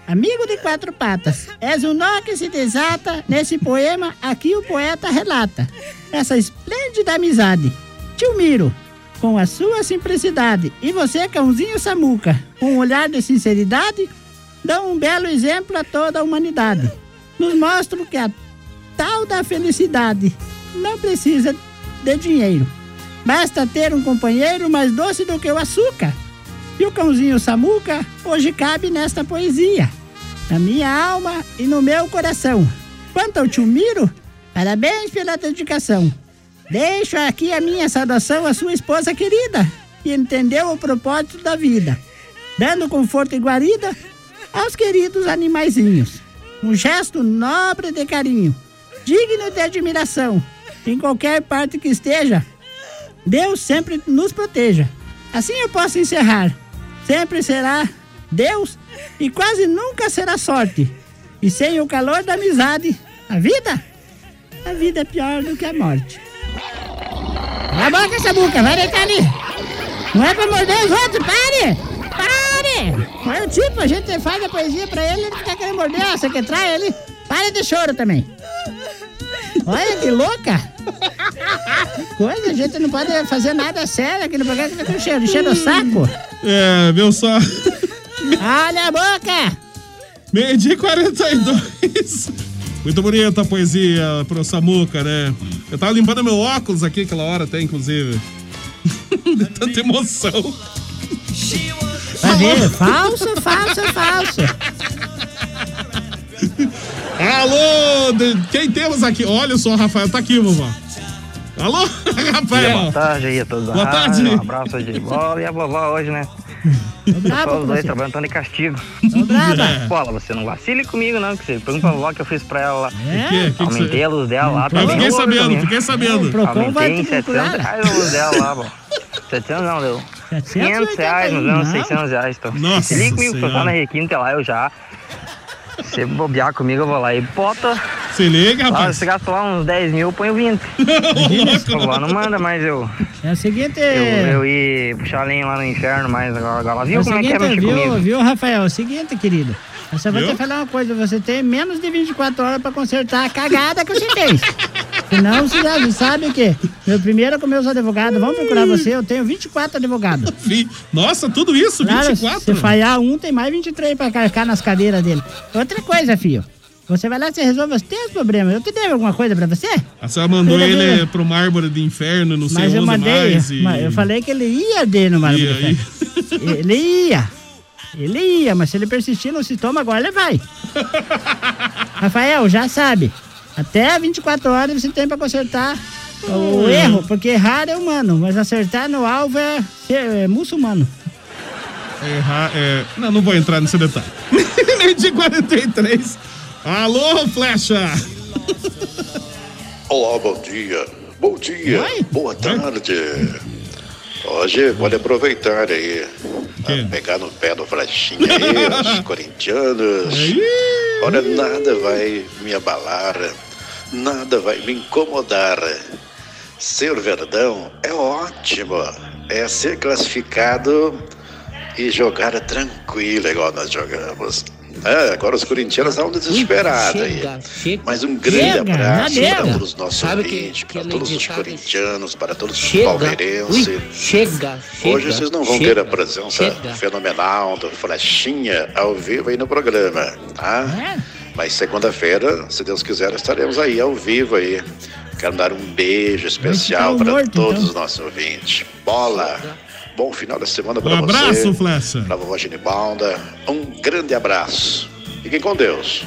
Speaker 5: Amigo de quatro patas, és o nó que se desata nesse poema aqui o poeta relata. Essa esplêndida amizade. Tio Miro, com a sua simplicidade, e você, cãozinho Samuca, com um olhar de sinceridade, dão um belo exemplo a toda a humanidade. Nos mostram que a tal da felicidade não precisa de dinheiro. Basta ter um companheiro mais doce do que o açúcar. E o cãozinho Samuca hoje cabe nesta poesia, na minha alma e no meu coração. Quanto ao tio Miro, parabéns pela dedicação. Deixo aqui a minha saudação à sua esposa querida, que entendeu o propósito da vida, dando conforto e guarida aos queridos animaizinhos. Um gesto nobre de carinho, digno de admiração. Em qualquer parte que esteja, Deus sempre nos proteja. Assim eu posso encerrar. Sempre será Deus e quase nunca será sorte. E sem o calor da amizade, a vida, a vida é pior do que a morte. Cala a boca, Sabuca, vai deitar ali. Não é pra morder os outros, pare! Pare! Mas o tipo, a gente faz a poesia pra ele, ele fica querendo morder, ó, você que trai ele. Pare de choro também. Olha que louca! Coisa, a gente não pode fazer nada sério aqui no programa que tá com cheiro, cheiro o saco.
Speaker 1: É, viu só?
Speaker 5: Olha a boca!
Speaker 1: Meio dia e 42. Muito bonita a poesia pro Samuca, né? Eu tava limpando meu óculos aqui aquela hora até, inclusive. De tanta emoção.
Speaker 5: Tá vendo? Falso, falso, falso.
Speaker 1: Alô, de- quem temos aqui? Olha só, Rafael, tá aqui, vovó. Alô,
Speaker 15: Boa
Speaker 1: Rafael.
Speaker 15: tarde aí a todos. da
Speaker 1: Boa
Speaker 15: rádio,
Speaker 1: tarde.
Speaker 15: Um abraço de bola e a vovó hoje, né?
Speaker 5: brava
Speaker 15: Só os
Speaker 5: com
Speaker 15: dois
Speaker 5: você.
Speaker 15: trabalhando, estão de castigo.
Speaker 1: É.
Speaker 5: brava.
Speaker 15: Bola, você não vacile comigo, não, que você pergunta pra vovó que eu fiz pra ela lá.
Speaker 1: O quê? O É? que que
Speaker 15: Aumentei
Speaker 1: você-
Speaker 15: a luz dela lá.
Speaker 1: Eu fiquei
Speaker 15: bem.
Speaker 1: sabendo,
Speaker 15: Também.
Speaker 1: fiquei sabendo. O Procon vai
Speaker 15: Aumentei
Speaker 1: te
Speaker 15: em 700
Speaker 1: procurar.
Speaker 15: reais a luz dela lá, bom. 700 não, deu. 500 reais, não deu
Speaker 16: não.
Speaker 15: uns 600 reais. Então.
Speaker 16: Nossa
Speaker 15: Se liga comigo, que eu tô
Speaker 16: Senhora.
Speaker 15: na Requinta lá, eu já. Se bobear comigo, eu vou lá e bota.
Speaker 1: Se liga,
Speaker 15: Lá,
Speaker 1: rapaz.
Speaker 15: você gasta lá uns 10 mil, eu ponho 20.
Speaker 1: louco.
Speaker 15: A vovó não manda, mas eu.
Speaker 5: É o seguinte.
Speaker 15: Eu, eu ia puxar lenha lá no inferno, mas agora, agora ela viu
Speaker 5: é o
Speaker 15: como é que
Speaker 5: seguinte,
Speaker 15: é mexer
Speaker 5: viu,
Speaker 15: comigo.
Speaker 5: viu, Rafael? É o seguinte, querido. Eu só vou
Speaker 15: Viu?
Speaker 5: te falar uma coisa, você tem menos de 24 horas pra consertar a cagada que você fez. Senão você já sabe que meu primeiro com meus advogados, vão procurar você, eu tenho 24 advogados.
Speaker 1: Vi- Nossa, tudo isso?
Speaker 5: Claro,
Speaker 1: 24?
Speaker 5: Se falhar um, tem mais 23 pra carcar nas cadeiras dele. Outra coisa, filho. Você vai lá, você resolve os teus problemas. Eu te devo alguma coisa pra você?
Speaker 1: A senhora mandou
Speaker 5: Filha
Speaker 1: ele
Speaker 5: minha.
Speaker 1: pro mármore do inferno, não sei
Speaker 5: Mas eu
Speaker 1: onde
Speaker 5: mandei.
Speaker 1: mais. e-
Speaker 5: mas Eu falei que ele ia de no
Speaker 1: Ia,
Speaker 5: Maravilha. Ele ia. Ele ia, mas se ele persistir no sintoma, agora ele vai. Rafael, já sabe. Até 24 horas você tem pra consertar o
Speaker 1: Hum.
Speaker 5: erro, porque errar é humano, mas acertar no alvo é, ser- é muçulmano.
Speaker 1: Errar, é... Não, não vou entrar nesse detalhe. Meio dia e 43. Alô, Flecha!
Speaker 17: Olá, bom dia. Bom dia. Boa tarde. Hoje pode aproveitar aí. ah, Pegar no pé do flechinha aí, os corintianos. Olha, nada vai me abalar. Nada vai me incomodar. Ser verdão é ótimo. É ser classificado e jogar tranquilo, igual nós jogamos. É, agora os corintianos estão desesperados aí. Mas um grande
Speaker 18: Chega,
Speaker 17: abraço
Speaker 18: já
Speaker 17: para
Speaker 18: deu.
Speaker 17: todos os nossos ouvintes, para todos os corintianos, para todos
Speaker 18: Chega.
Speaker 17: os palmeirenses.
Speaker 18: Ui, chega, chega.
Speaker 17: Hoje vocês não vão
Speaker 18: chega,
Speaker 17: ter a presença
Speaker 18: Chega.
Speaker 17: fenomenal do Flechinha ao vivo aí no programa, tá?
Speaker 18: É?
Speaker 17: Mas segunda-feira, se Deus quiser, estaremos aí ao vivo aí. Quero dar um beijo
Speaker 18: um
Speaker 17: especial para
Speaker 1: morto,
Speaker 17: todos
Speaker 1: então.
Speaker 17: os nossos ouvintes. Bola! Bom final da semana
Speaker 1: Um
Speaker 17: para
Speaker 1: abraço,
Speaker 17: você.
Speaker 1: Flecha.
Speaker 17: Para vovó Ginibalda, um grande abraço. Fiquem com Deus.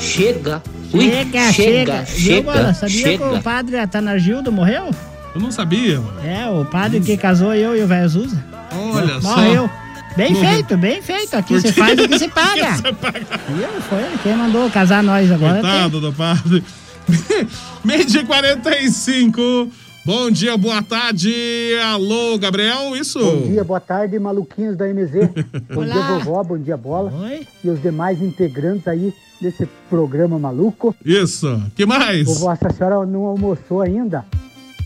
Speaker 18: Chega. Ui,
Speaker 5: Chega, chega, chega. Bola? sabia que o padre Atanagildo morreu?
Speaker 1: Eu não sabia.
Speaker 5: É, o padre que casou eu e o velho Zuza.
Speaker 1: Olha só.
Speaker 5: Morreu. Bem
Speaker 1: Morreu.
Speaker 5: feito, bem feito. Aqui
Speaker 1: Por
Speaker 5: você
Speaker 1: quê?
Speaker 5: faz o que você paga. Viu? Foi ele quem mandou casar nós agora.
Speaker 1: Coitado do padre. Meio dia e 45. Bom dia, boa tarde. Alô, Gabriel, isso?
Speaker 19: Bom dia, boa tarde, maluquinhos da MZ. Bom dia, vovó, bom dia, bola. E os demais integrantes aí desse programa maluco.
Speaker 1: Isso. Que mais?
Speaker 19: Vovó, essa senhora não almoçou ainda.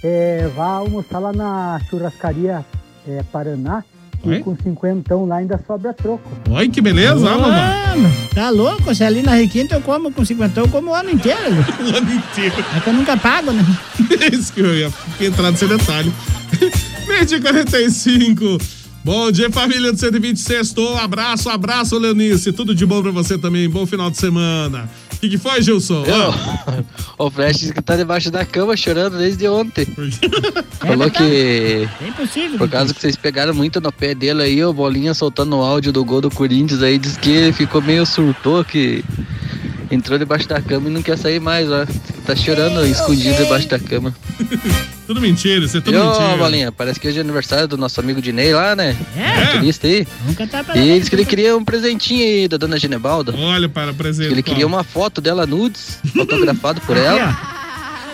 Speaker 19: É, vá almoçar lá na churrascaria é, Paraná.
Speaker 1: Oi?
Speaker 19: E com cinquentão lá ainda sobra troco.
Speaker 1: Olha que beleza, ó, vovó.
Speaker 5: mano. Tá louco? Se ali na Requinta eu como com cinquentão, eu como o ano inteiro.
Speaker 1: o ano inteiro.
Speaker 5: É que eu nunca pago, né?
Speaker 1: Isso que eu ia entrar nesse detalhe. Meio dia e 45. Bom dia, família do 126. Abraço, abraço, Leonice. Tudo de bom pra você também. Bom final de semana. O que, que foi, Gilson? Ah, Ó,
Speaker 11: O Flash disse que tá debaixo da cama chorando desde ontem. Falou que
Speaker 5: É impossível.
Speaker 11: por causa que vocês pegaram muito no pé dele aí, o Bolinha soltando o áudio do gol do Corinthians aí, diz que ele ficou meio surtou, que entrou debaixo da cama e não quer sair mais, ó. Tá chorando escondido debaixo da cama.
Speaker 1: tudo mentira, isso é tudo
Speaker 11: E ô,
Speaker 1: mentira.
Speaker 11: Bolinha, parece que hoje é aniversário do nosso amigo Dinei lá, né?
Speaker 1: É?
Speaker 11: Turista aí.
Speaker 5: Nunca tá
Speaker 11: E ele disse que ele queria um presentinho aí da dona Genebalda.
Speaker 1: Olha para presente.
Speaker 11: Ele queria
Speaker 1: ó.
Speaker 11: uma foto dela nudes, fotografado por ela.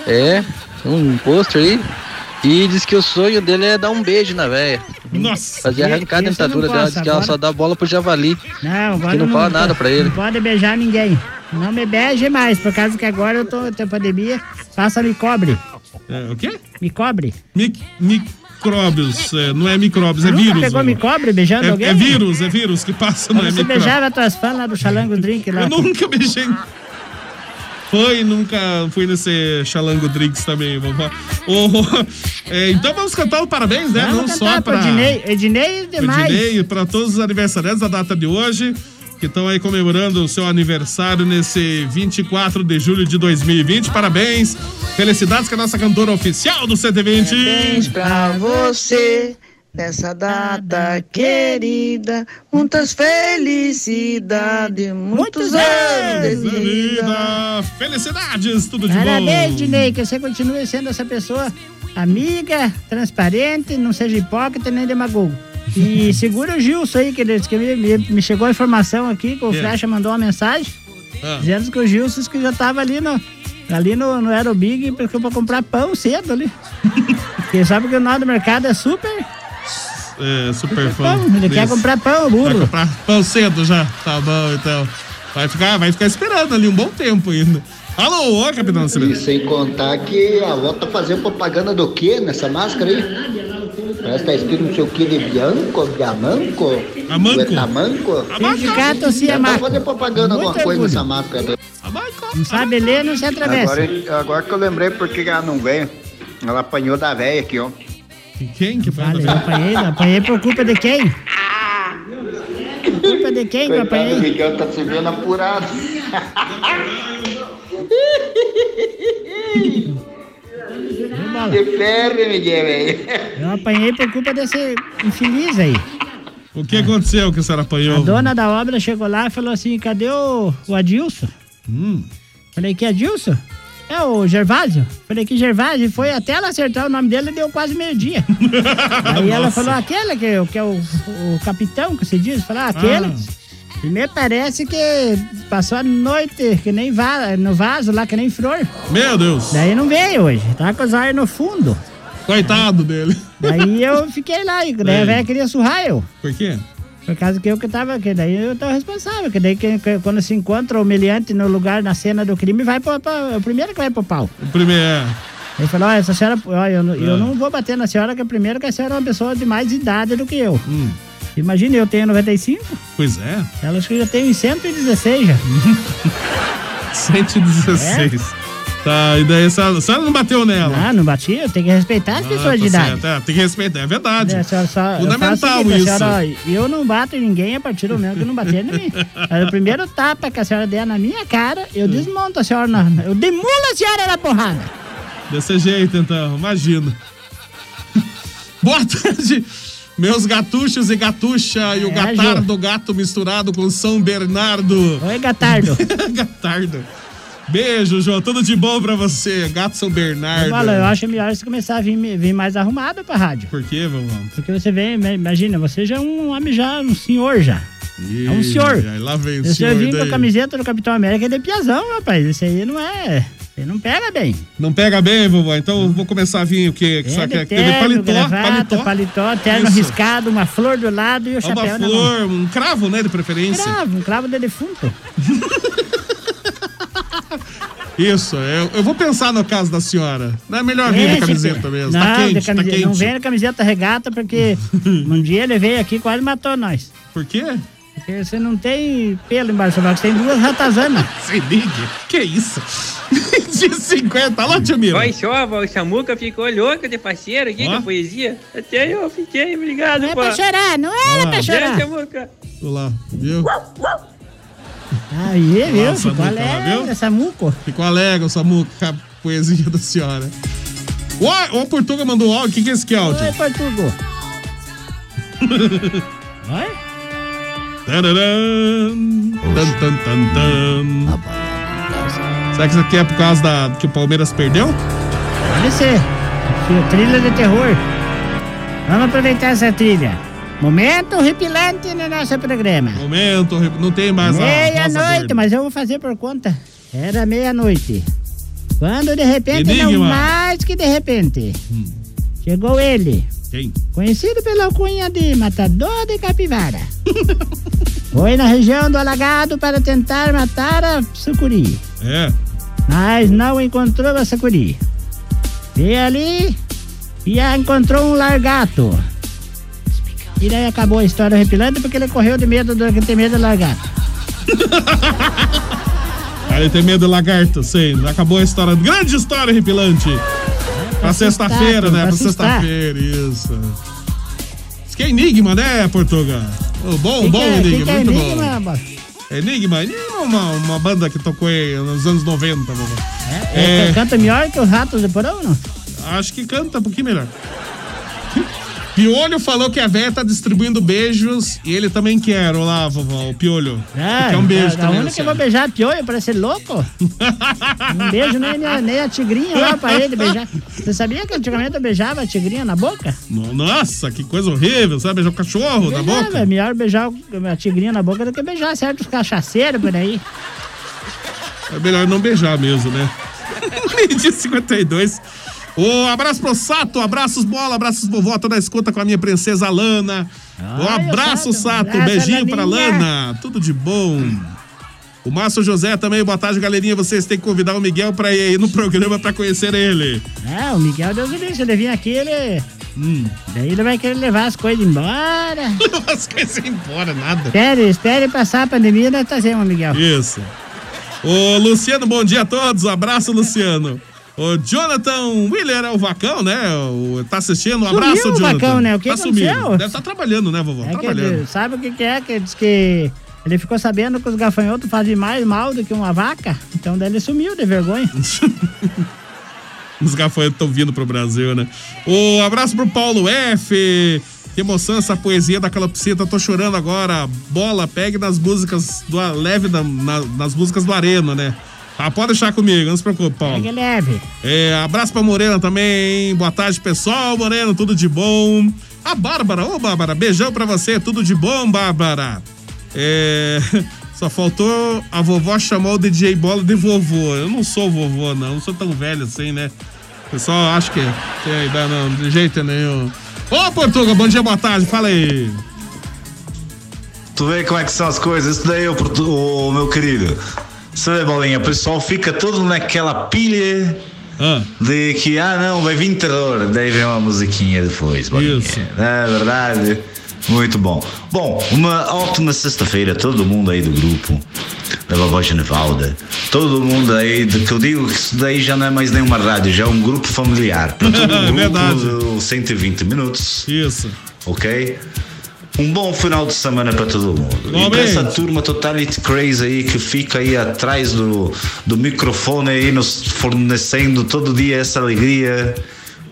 Speaker 11: É, um pôster aí. E diz que o sonho dele é dar um beijo na véia.
Speaker 1: Nossa.
Speaker 11: Fazia arrancar a
Speaker 5: Isso não
Speaker 11: dentadura dela,
Speaker 5: posso,
Speaker 11: disse que ela
Speaker 5: agora-
Speaker 11: só dá bola pro javali.
Speaker 5: Não,
Speaker 11: que não fala nada pra ele.
Speaker 5: Não pode beijar ninguém. Não me beije mais, por causa que agora eu tô, tô pandemia. Passa me cobre.
Speaker 1: É, o quê?
Speaker 5: Me cobre.
Speaker 1: Mic, micróbios, é, não é micróbios, é
Speaker 5: Nunca
Speaker 1: vírus.
Speaker 5: pegou
Speaker 1: ô.
Speaker 5: micróbio beijando
Speaker 1: é,
Speaker 5: alguém?
Speaker 1: É vírus, é vírus que passa, não
Speaker 5: Quando
Speaker 1: é
Speaker 5: você
Speaker 1: micróbio.
Speaker 5: beijava tuas fãs lá do Xalango Drink lá.
Speaker 1: Eu nunca beijei. Foi, nunca fui nesse Xalango Drinks também, vovó. Ô, é, então vamos cantar o parabéns, né?
Speaker 5: Vamos
Speaker 1: não
Speaker 5: cantar
Speaker 1: só
Speaker 5: pro
Speaker 1: pra.
Speaker 5: Ednei. Ednei é demais.
Speaker 1: Ednei, para todos os aniversariantes da data de hoje, que estão aí comemorando o seu aniversário nesse 24 de julho de 2020. Parabéns! Felicidades que é a nossa cantora oficial do 120.
Speaker 16: Parabéns pra você nessa data querida. Muitas felicidades, muitos, anos de vida.
Speaker 1: Felicidades, tudo de
Speaker 5: Parabéns,
Speaker 1: bom.
Speaker 5: Dinei, que você continue sendo essa pessoa amiga, transparente, não seja hipócrita nem demagogo. E segura o Gilson aí, que, ele- que me, me- me chegou a informação aqui, que o
Speaker 20: É.
Speaker 5: Flecha mandou uma mensagem
Speaker 20: Ah.
Speaker 5: dizendo que o Gilson disse que já tava ali no, ali no, no Aerobig porque pra comprar pão cedo ali. Porque sabe que o nó do mercado é super.
Speaker 1: É, super fã.
Speaker 5: Pão, ele quer
Speaker 1: Isso.
Speaker 5: comprar
Speaker 1: Vai
Speaker 5: pão, burro.
Speaker 1: comprar pão cedo já. Tá bom, então. Vai ficar, vai ficar esperando ali um bom tempo ainda. Alô, ô, capitão Silvio.
Speaker 13: E sem contar que a avó tá fazendo propaganda do quê nessa máscara aí? Parece que tá escrito não sei o que de É Bianco, Biamanco,
Speaker 1: Amanco.
Speaker 13: Etamanco.
Speaker 5: Sindicato Ciamaco.
Speaker 13: fazer propaganda tá alguma coisa nessa máscara daí.
Speaker 5: Não sabe ler, não se atravessa.
Speaker 13: Agora, agora que eu lembrei porque ela não veio. Ela apanhou da velha aqui, ó.
Speaker 1: Quem que
Speaker 5: Olha, eu apanhei, eu apanhei por culpa de quem? Por culpa de quem que eu
Speaker 13: Coitado do
Speaker 5: apanhei?
Speaker 13: Miguel tá se vendo apurado. Que ferre, Miguel, velho.
Speaker 5: Eu apanhei por culpa desse infeliz aí.
Speaker 1: O que aconteceu que a senhora
Speaker 5: A
Speaker 1: apanhou?
Speaker 5: dona da obra chegou lá e falou assim: cadê o, o Adilson? Falei, que Adilson? É o Gervásio. Falei que Gervásio foi até ela acertar o nome dele, deu quase meio-dia. Aí ela
Speaker 20: Nossa.
Speaker 5: falou, aquele que, que é o, o capitão que você diz? Falei, "Ah, aquele. E me parece que passou a noite que nem va no vaso lá, que nem flor.
Speaker 1: Meu Deus.
Speaker 5: Daí não veio hoje, tá com os olhos no fundo.
Speaker 1: Coitado dele.
Speaker 5: Daí eu fiquei lá, e daí a
Speaker 1: É.
Speaker 5: velha queria surrar eu.
Speaker 1: Por quê?
Speaker 5: Por causa que eu que tava, que daí eu tava responsável, que daí que, que quando se encontra o humilhante no lugar, na cena do crime, vai pro, pra- é o primeiro que vai pro pau.
Speaker 1: O primeiro. é,
Speaker 5: Ele falou, ó, essa senhora, ó, eu, não- eu
Speaker 1: Ah.
Speaker 5: não vou bater na senhora, que é primeiro que a senhora é uma pessoa de mais idade do que eu.
Speaker 1: Hum.
Speaker 5: Imagina, eu tenho 95,
Speaker 1: Pois é.
Speaker 5: ela acho que já tem uns 116 já.
Speaker 1: 116. Tá, e daí a senhora, a senhora não bateu nela?
Speaker 5: É? Ah, não bati, eu tenho que respeitar as
Speaker 1: Ah,
Speaker 5: pessoas de
Speaker 1: tá
Speaker 5: idade.
Speaker 1: certo. É, tem que respeitar, é verdade.
Speaker 5: É, a senhora só- eu faço
Speaker 1: Fundamental
Speaker 5: o seguinte, a
Speaker 1: isso.
Speaker 5: senhora, ó, eu não bato em ninguém a partir do momento que eu não bater em mim. Mas o primeiro tapa que a senhora der na minha cara, eu desmonto a senhora, na, eu demulo a senhora na porrada.
Speaker 1: Desse jeito, então, imagina. Boa tarde, meus gatuchos e gatucha, e o
Speaker 5: É,
Speaker 1: gatardo, gato misturado com São Bernardo.
Speaker 5: Oi, gatardo.
Speaker 1: gatardo. Beijo, João, tudo de bom pra você, gato São Bernardo.
Speaker 5: Eu, falo, eu acho melhor você começar a vir, vir mais arrumado pra rádio.
Speaker 1: Por quê, vovó?
Speaker 5: Porque você vem, ima- imagina, você já é um homem já, um senhor já. É um
Speaker 1: Ih,
Speaker 5: senhor.
Speaker 1: Aí lá vem o senhor
Speaker 5: Eu senhor vim com a
Speaker 1: daí.
Speaker 5: camiseta do Capitão América de piazão, rapaz. Isso aí não é. Ele não pega bem.
Speaker 1: Não pega bem, vovó? Então eu vou começar a vir o quê? Que
Speaker 5: É
Speaker 1: sabe que
Speaker 5: de
Speaker 1: é- teve
Speaker 5: terno,
Speaker 1: paletó,
Speaker 5: gravata,
Speaker 1: paletó.
Speaker 5: paletó, terno
Speaker 1: Isso. É
Speaker 5: riscado, uma flor do lado e o
Speaker 1: Uma
Speaker 5: chapéu na mão.
Speaker 1: flor, um cravo, né, de preferência.
Speaker 5: Cravo, um cravo de defunto.
Speaker 1: Isso, eu, eu vou pensar no caso da senhora. Não é melhor vir
Speaker 5: Esse,
Speaker 1: de camiseta
Speaker 5: filho.
Speaker 1: mesmo.
Speaker 5: Não,
Speaker 1: tá
Speaker 5: de
Speaker 1: quente, tá
Speaker 5: camiseta,
Speaker 1: quente.
Speaker 5: não vem na camiseta regata, porque um dia ele veio aqui e quase matou nós.
Speaker 1: Por quê?
Speaker 5: Porque você não tem pelo embaixo do você tem duas ratazanas.
Speaker 1: Se ligue, que isso? De 50, Tá lá, tio Miro.
Speaker 9: Vai só, o Samuca ficou louca de parceiro aqui com a poesia. Até eu fiquei, obrigado,
Speaker 5: Não é
Speaker 9: pô.
Speaker 5: pra chorar, não
Speaker 1: Olha
Speaker 5: era
Speaker 1: lá.
Speaker 5: pra chorar.
Speaker 9: Né, Samuca?
Speaker 1: Olha lá, viu?
Speaker 5: Aí, viu?
Speaker 1: Nossa,
Speaker 5: Ficou
Speaker 1: muito lá,
Speaker 5: alegre
Speaker 1: viu?
Speaker 5: essa muco.
Speaker 1: Ficou alegre o Samuca com a poesia da senhora. Ó, o Portuga mandou um áudio. O que, que é esse que é áudio?
Speaker 5: Oi, Portugo. Vai?
Speaker 1: Será que isso aqui é por causa da, que o Palmeiras perdeu?
Speaker 5: Pode ser. Aqui, Trilha de terror. Vamos aproveitar essa trilha. Momento horripilante no nosso programa.
Speaker 1: Momento, não tem mais a- Rosa
Speaker 5: Meia-noite,
Speaker 1: Verde.
Speaker 5: mas eu vou fazer por conta. Era meia-noite. Quando de repente, não
Speaker 1: Enigma. Hum,
Speaker 5: mais que de repente, chegou ele,
Speaker 1: Quem?
Speaker 5: Conhecido pela alcunha de Matador de Capivara. Foi na região do Alagado para tentar matar a sucuri.
Speaker 1: É.
Speaker 5: Mas não encontrou a sucuri. E ali, e a encontrou um largato. E daí acabou a história repilando porque ele correu de medo do que tem medo do largato.
Speaker 1: Ah, ele tem medo de lagarto, sei. Acabou a história. Grande história, repilante. pra
Speaker 5: assustar,
Speaker 1: sexta-feira,
Speaker 5: pô,
Speaker 1: né?
Speaker 5: pra
Speaker 1: Pra
Speaker 5: assustar.
Speaker 1: sexta-feira, isso. Isso que é enigma, né, Portuga? Ô, bom,
Speaker 5: Que que
Speaker 1: bom
Speaker 5: é- que
Speaker 1: enigma,
Speaker 5: que é
Speaker 1: muito bom.
Speaker 5: enigma, boss?
Speaker 1: Enigma, Enigma é uma, uma banda que tocou aí nos anos 90, vovó.
Speaker 5: É, Canta melhor que o rato do porão, não?
Speaker 1: Acho que canta um pouquinho melhor. Piolho falou que a véia tá distribuindo beijos e ele também quer. Olá, vovó, o Piolho. É, quer um beijo
Speaker 5: Ah, então, da,
Speaker 1: também.
Speaker 5: única que eu
Speaker 1: Luciano.
Speaker 5: vou beijar a piolho pra ser louco? Um beijo nem, a- nem a tigrinha lá pra ele beijar. Você sabia que antigamente eu beijava a tigrinha na boca?
Speaker 1: No- Nossa, que coisa horrível, sabe? Beijar né? o cachorro na
Speaker 5: Beijava,
Speaker 1: boca.
Speaker 5: É melhor beijar o- a tigrinha na boca do que beijar certos cachaceiros por aí.
Speaker 1: É melhor não beijar mesmo, né? Meio-dia e 52. Ô, abraço pro Sato, abraços bola, abraços vovó, tá na escuta com a minha princesa Lana. Um abraço, Sato,
Speaker 4: abraço,
Speaker 1: beijinho pra
Speaker 4: Laninha.
Speaker 1: Lana, tudo de bom. O Márcio José também, boa tarde, galerinha. Vocês têm que convidar o Miguel pra ir aí no programa pra conhecer ele.
Speaker 5: É, o Miguel Deus o livre, se ele vir aqui, ele. hum, Daí ele vai querer levar as coisas embora.
Speaker 1: Levar as coisas embora, nada.
Speaker 5: Espere, espere passar a pandemia, nós trazemos o Miguel.
Speaker 1: Isso. Ô, Luciano, bom dia a todos. Abraço, Luciano. O Jonathan Wheeler é o vacão, né? O, tá assistindo. Um
Speaker 5: Sumiu
Speaker 1: abraço,
Speaker 5: o
Speaker 1: Jonathan.
Speaker 5: Vacão, né? O que
Speaker 1: tá
Speaker 5: aconteceu?
Speaker 1: sumido. Deve estar trabalhando, né, vovó?
Speaker 5: É que
Speaker 1: trabalhando.
Speaker 5: ele- sabe o que, que é? Que diz que ele ficou sabendo que os gafanhotos fazem mais mal do que uma vaca. Então daí ele sumiu de vergonha.
Speaker 1: Os gafanhotos estão vindo pro Brasil, né? Um abraço pro Paulo F. Que emoção essa poesia da calopsita. Tô chorando agora. Bola, pegue nas músicas do leve na- na- nas músicas do Arena, né? Ah, pode deixar comigo, não se preocupe, Paulo.
Speaker 5: Pegue leve.
Speaker 1: É, abraço pra Morena também. Boa tarde, pessoal. Moreno, tudo de bom. A Bárbara, ô Bárbara, beijão pra você. Tudo de bom, Bárbara. É, só faltou a vovó chamar o DJ Bola de vovô. Eu não sou vovô, não. Não sou tão velho assim, né? O pessoal acha que é. que é, dá não, de jeito nenhum. Ô, Portuga, bom dia, boa tarde. Fala aí.
Speaker 21: Tu vê como é que são as coisas, isso daí, ô, Portu- ô, meu querido. Você vê, bolinha, o pessoal fica todo naquela pilha de que, ah, não, vai vir terror. Daí vem uma musiquinha depois, bolinha. Isso. É verdade. Muito bom. Bom, uma ótima sexta-feira, todo mundo aí do grupo, da Vovó Genevalda, todo mundo aí, do que eu digo que isso daí já não é mais nenhuma rádio, já é um grupo familiar. Pra todo
Speaker 1: É
Speaker 21: grupo,
Speaker 1: verdade.
Speaker 21: do 120 minutos.
Speaker 1: Isso.
Speaker 21: Ok? Um bom final de semana para todo mundo. E
Speaker 1: Igualmente.
Speaker 21: pra essa turma totalmente crazy aí que fica aí atrás do, do microfone aí nos fornecendo todo dia essa alegria.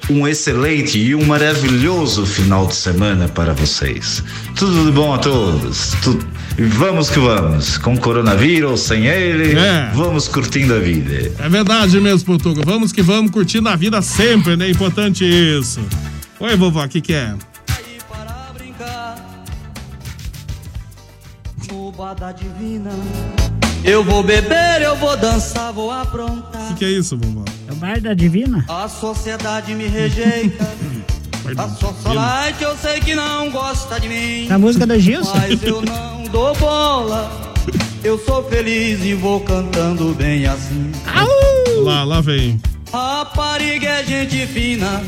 Speaker 21: Um excelente e um maravilhoso final de semana para vocês. Tudo de bom a todos. Tu- E vamos que vamos. Com coronavírus, sem ele, vamos curtindo a vida.
Speaker 1: É verdade mesmo, Portuga. Vamos que vamos, curtindo a vida sempre, né? Importante isso. Oi, vovó, o que, que é?
Speaker 20: Bobada divina. Eu vou beber, eu vou dançar, vou aprontar.
Speaker 1: O que, que é isso, vovó?
Speaker 5: É o bar da divina?
Speaker 20: A sociedade me rejeita. A sociedade eu sei que não gosta de mim.
Speaker 5: A música do Gilson?
Speaker 20: Mas eu não dou bola. Eu sou feliz e vou cantando bem assim.
Speaker 1: Lá, lá vem.
Speaker 20: Rapariga é gente fina.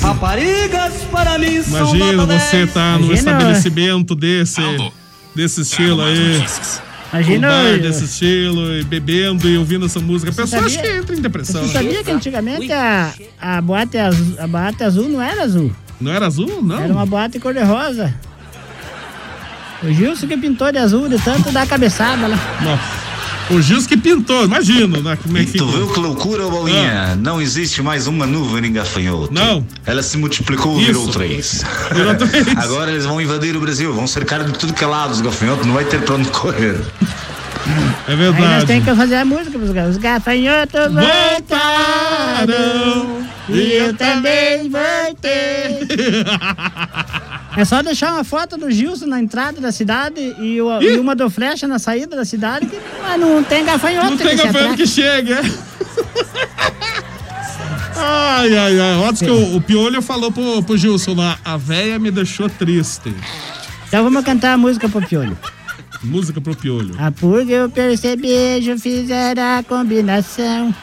Speaker 20: Raparigas para mim são
Speaker 1: Imagina
Speaker 20: nota 10.
Speaker 1: você tá num
Speaker 20: Imagina,
Speaker 1: estabelecimento desse, desse estilo aí.
Speaker 5: Imagina,
Speaker 1: Um bar
Speaker 5: eu-
Speaker 1: desse estilo, e bebendo e ouvindo essa música. A pessoa acha
Speaker 5: sabia-
Speaker 1: que entra em depressão.
Speaker 5: Você
Speaker 1: né?
Speaker 5: sabia que antigamente a, a, boate azul, a boate azul não era azul?
Speaker 1: Não era azul? Não.
Speaker 5: Era uma boate cor-de-rosa. O Gilson que pintou de azul de tanto dar a cabeçada lá.
Speaker 1: Nossa. O Gilson que pintou, imagino, né? Como é que Ah.
Speaker 21: Tu viu que loucura, bolinha? Não existe mais uma nuvem em gafanhoto. Não. Ela se multiplicou, virou
Speaker 1: Isso.
Speaker 21: três. Agora eles vão invadir o Brasil, vão cercar de tudo que é lado os gafanhotos, não vai ter pra onde correr.
Speaker 1: É
Speaker 5: Aí nós temos que fazer a música pros gatos. Os gafanhotos voltaram e eu também voltei. É só deixar uma foto do Gilson na entrada da cidade e, o- e uma do Flecha na saída da cidade que mas não tem gafanhoto.
Speaker 1: Não tem
Speaker 5: nesse
Speaker 1: gafanhoto
Speaker 5: atraco.
Speaker 1: que chega, é? Ai, ai, ai. Ótimo que o, o Piolho falou pro, pro Gilson lá, a véia me deixou triste.
Speaker 5: Então vamos cantar a música pro Piolho.
Speaker 1: Música pro Piolho.
Speaker 5: A purga Ah, eu percebi, eu fizeram a combinação.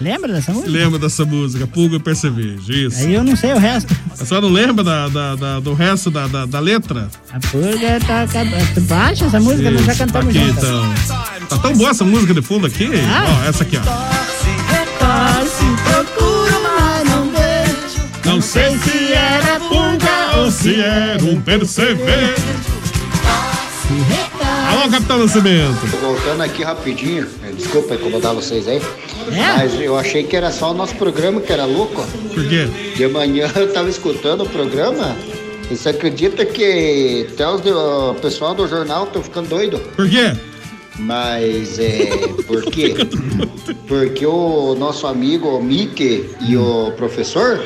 Speaker 5: Lembra dessa música?
Speaker 1: Lembra dessa música, Pulga e Percevejo, isso.
Speaker 5: Aí eu não sei o resto.
Speaker 1: A senhora não lembra da, da- da- do resto da, da, da letra?
Speaker 5: A purga tá... acab- Baixa essa música, nós já
Speaker 1: Isso,
Speaker 5: cantamos
Speaker 1: aqui,
Speaker 5: juntas.
Speaker 1: então. Tá tão boa essa música de fundo aqui?
Speaker 5: Ah.
Speaker 1: Ó, essa aqui, ó.
Speaker 2: Retorce, procura, mas não vejo.
Speaker 1: Não sei
Speaker 2: Se era pulga ou se
Speaker 1: era um percevejo.
Speaker 13: Alô,
Speaker 1: Capitão Nascimento.
Speaker 13: Voltando aqui rapidinho, eh, desculpa incomodar vocês aí,
Speaker 5: É?
Speaker 13: mas eu achei que era só o nosso programa que era louco.
Speaker 1: Por quê?
Speaker 13: De manhã eu tava escutando o programa e você acredita que até os do- o pessoal do jornal estão ficando doido?
Speaker 1: Por quê?
Speaker 13: Mas é. Por quê? Porque o nosso amigo o Mickey e o professor.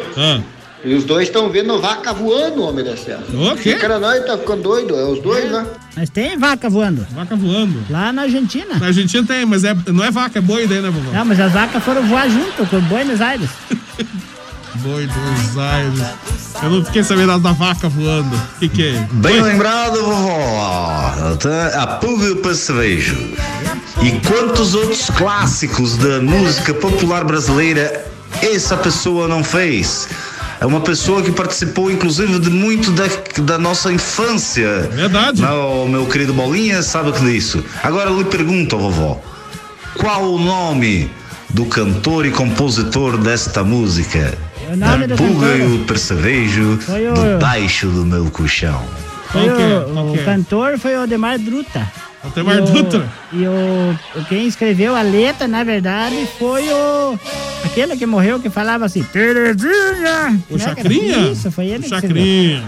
Speaker 13: E os dois estão vendo vaca voando, homem da céu.
Speaker 5: O quê?
Speaker 13: Cara, nós tá ficando doido, é os dois, né?
Speaker 5: Mas tem vaca voando.
Speaker 1: Vaca voando.
Speaker 5: Lá na Argentina.
Speaker 1: Na Argentina tem, mas é, não é vaca, é boi daí, né, vovó?
Speaker 5: Não, mas as vacas foram voar junto com Buenos Aires.
Speaker 1: Boi dos Aires. Eu não fiquei sabendo nada da vaca voando. O que que é?
Speaker 21: Bem
Speaker 1: Boi?
Speaker 21: lembrado, vovó. Tá? A Pulga e o Percevejo. E quantos outros clássicos da música popular brasileira essa pessoa não fez? É uma pessoa que participou, inclusive, de muito da, da nossa infância.
Speaker 1: Verdade.
Speaker 21: Não, meu querido Bolinha sabe disso. Agora eu lhe pergunto, vovó. Qual o nome do cantor e compositor desta música?
Speaker 5: É O nome do
Speaker 21: Pulga e
Speaker 5: cantor
Speaker 21: É o Percevejo,
Speaker 5: Foi o-
Speaker 21: debaixo do meu colchão.
Speaker 5: foi
Speaker 1: Qual que é?
Speaker 5: o,
Speaker 1: Qual
Speaker 5: o
Speaker 1: que é?
Speaker 5: cantor foi o Demar Druta.
Speaker 1: Aldemar
Speaker 5: E o-
Speaker 1: Dutra?
Speaker 5: E o, quem escreveu a letra, na verdade, foi o... Aquele que morreu, que falava assim... Terezinha!
Speaker 1: O
Speaker 5: Né, cara?
Speaker 1: Chacrinha?
Speaker 5: Isso, foi ele
Speaker 1: O
Speaker 5: que escreveu.
Speaker 1: Chacrinha.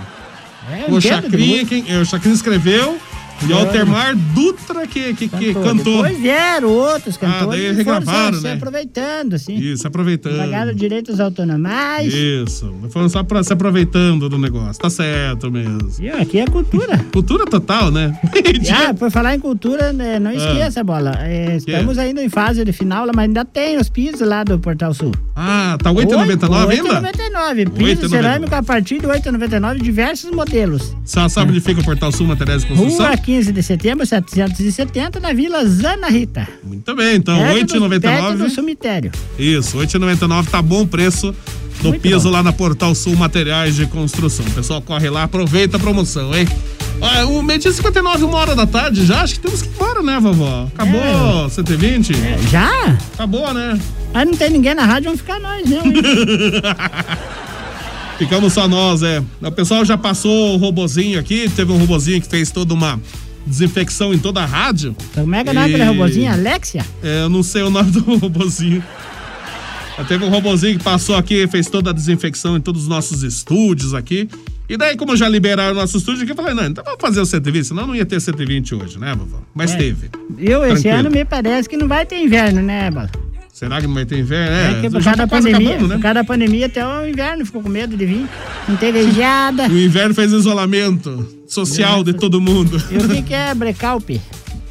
Speaker 1: O
Speaker 5: É, entendo de
Speaker 1: Chacrinha,
Speaker 5: música.
Speaker 1: quem, é, o Chacrinha escreveu e o
Speaker 5: Olha.
Speaker 1: Altemar Dutra que, que, que
Speaker 5: Cantor.
Speaker 1: cantou.
Speaker 5: né?
Speaker 1: Ah,
Speaker 5: Depois é. vieram outros cantores
Speaker 1: daí
Speaker 5: e foram se-
Speaker 1: regravaram,
Speaker 5: se,
Speaker 1: né?
Speaker 5: aproveitando, assim.
Speaker 1: Isso, aproveitando.
Speaker 5: Pagaram direitos autonomais.
Speaker 1: Isso, mas foram só pra- se aproveitando do negócio, tá certo mesmo.
Speaker 5: E aqui é cultura.
Speaker 1: cultura total, né?
Speaker 5: Ah, por falar em cultura, né, não
Speaker 1: Ah.
Speaker 5: esqueça, Bola. é, estamos ainda em fase de final, lá, mas ainda tem os pisos lá do Portal Sul.
Speaker 1: Ah, tá 8,99 ainda?
Speaker 5: 8,99. Piso
Speaker 1: 8,99.
Speaker 5: cerâmico a partir de 8,99, diversos modelos.
Speaker 1: Só sabe onde fica o Portal Sul na Teresa Construção?
Speaker 5: Rua 15 de setembro, 770, na Vila Zana Rita.
Speaker 1: Muito bem, então,
Speaker 5: Perto do- Perto do
Speaker 1: 8,99.
Speaker 5: cemitério.
Speaker 1: Isso, 8,99 tá bom o preço do
Speaker 5: Muito
Speaker 1: piso
Speaker 5: bom.
Speaker 1: lá na Portal Sul Materiais de Construção. Pessoal, corre lá, aproveita a promoção, hein? Olha, o meio dia e 59, uma hora da tarde já, acho que temos que ir embora, né, vovó? Acabou
Speaker 5: É.
Speaker 1: o CT20?
Speaker 5: já?
Speaker 1: Acabou, né?
Speaker 5: Aí não tem ninguém na rádio, vamos ficar nós né? mesmo. hein?
Speaker 1: Ficamos só nós, é. O pessoal já passou o robozinho aqui, teve um robozinho que fez toda uma desinfecção em toda a rádio.
Speaker 5: Como é que é o nome
Speaker 1: E-
Speaker 5: da robozinha? Alexia?
Speaker 1: É, eu não sei o nome do robozinho. Mas Teve um robozinho que passou aqui, fez toda a desinfecção em todos os nossos estúdios aqui. E daí, como já liberaram o nosso estúdio aqui, eu falei, não, então vamos fazer o 120, senão não ia ter 120 hoje, né, vovó? Mas
Speaker 5: É.
Speaker 1: teve.
Speaker 5: Eu, esse
Speaker 1: Tranquilo.
Speaker 5: ano, me parece que não vai ter inverno, né, Bola?
Speaker 1: Será que não vai ter inverno? É,
Speaker 5: É que por
Speaker 1: já
Speaker 5: causa da
Speaker 1: tá quase
Speaker 5: pandemia,
Speaker 1: acabando, né?
Speaker 5: por causa da pandemia até o inverno ficou com medo de vir. Não teve geada.
Speaker 1: O inverno fez isolamento social de todo mundo.
Speaker 5: E o É. que, que é brecalpe?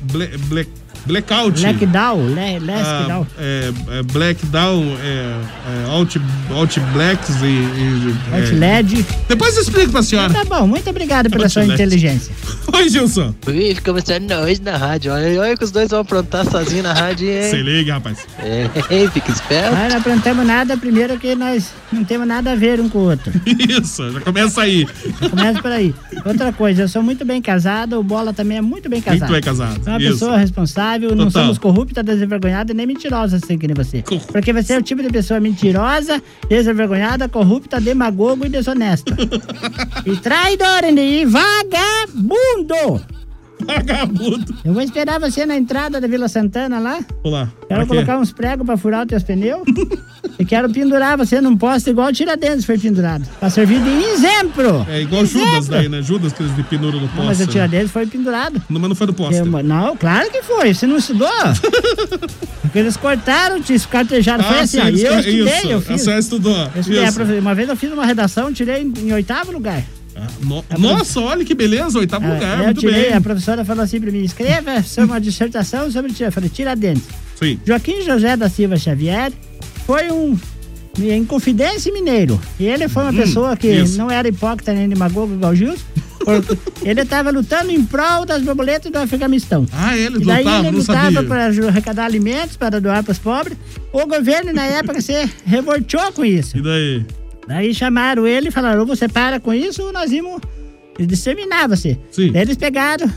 Speaker 1: Ble- ble- blackout.
Speaker 5: Blackdown, le,
Speaker 1: Ah,
Speaker 5: leskdown.
Speaker 1: é, é, black down, é, é, out, out blacks e... e
Speaker 5: Out
Speaker 1: é.
Speaker 5: LED.
Speaker 1: Depois eu explico pra senhora.
Speaker 5: Tá bom, muito obrigado pela sua
Speaker 1: Outlet.
Speaker 5: inteligência.
Speaker 1: Oi, Gilson.
Speaker 11: Ui, ficamos só nós na rádio. Olha, olha que os dois vão aprontar sozinhos na rádio, hein?
Speaker 1: Se liga, rapaz.
Speaker 11: É, fica esperto.
Speaker 5: Nós não aprontamos nada, primeiro que nós não temos nada a ver um com o outro.
Speaker 1: Isso, já começa aí.
Speaker 5: Começa por aí. Outra coisa, eu sou muito bem casado, o Bola também é muito bem casado.
Speaker 1: Muito bem casado,
Speaker 5: Sou uma
Speaker 1: isso.
Speaker 5: pessoa responsável, não
Speaker 1: Total.
Speaker 5: somos corrupta, desenvergonhada nem mentirosa, assim que nem você. Porque você é o tipo de pessoa mentirosa, desenvergonhada, corrupta, demagogo e desonesta. e traidor, e vagabundo!
Speaker 1: Vagabundo!
Speaker 5: Eu vou esperar você na entrada da Vila Santana lá.
Speaker 1: Vamos lá.
Speaker 5: Quero
Speaker 1: Aqui.
Speaker 5: colocar um uns pregos pra furar os teus pneus. e quero pendurar você num poste igual o Tiradentes foi pendurado. Pra servir de exemplo.
Speaker 1: É igual Judas daí, né? Judas que eles de penduram no poste.
Speaker 5: Não, mas o
Speaker 1: né?
Speaker 5: Tiradentes foi pendurado.
Speaker 1: Não, mas não foi do poste.
Speaker 5: Eu- não, claro que foi. Você não estudou? Porque eles cortaram, te escartejaram. foi
Speaker 1: Ah,
Speaker 5: assim,
Speaker 1: sim, eles
Speaker 5: eu
Speaker 1: ca-
Speaker 5: estudei,
Speaker 1: isso,
Speaker 5: eu
Speaker 1: A
Speaker 5: fiz.
Speaker 1: senhora estudou.
Speaker 5: Eu estudei,
Speaker 1: Isso.
Speaker 5: profe- uma vez eu fiz uma redação, tirei em, em oitavo lugar.
Speaker 1: Ah, no- Nossa, olha que beleza, oitavo
Speaker 5: Ah,
Speaker 1: lugar,
Speaker 5: eu
Speaker 1: tá é, muito
Speaker 5: tirei,
Speaker 1: bem.
Speaker 5: a professora falou assim pra mim: escreva sobre uma dissertação sobre Tiradentes. Eu falei: Tiradentes.
Speaker 1: Sim.
Speaker 5: Joaquim José da Silva Xavier foi um em Confidência Mineiro. E ele foi uma
Speaker 2: Hum,
Speaker 5: pessoa que
Speaker 2: isso.
Speaker 5: não era hipócrita nem demagogo igual o Gilson. porque ele estava lutando em prol das borboletas do Afeganistão.
Speaker 1: Ah, ele
Speaker 5: e daí
Speaker 1: lutava,
Speaker 5: ele
Speaker 1: não
Speaker 5: lutava
Speaker 1: sabia.
Speaker 5: para arrecadar alimentos, para doar para os pobres. O governo, na época, se revoltou com isso. E
Speaker 1: daí?
Speaker 5: Daí chamaram ele e falaram: ou você para com isso, ou nós vimos disseminar você. Sim. Daí eles pegaram,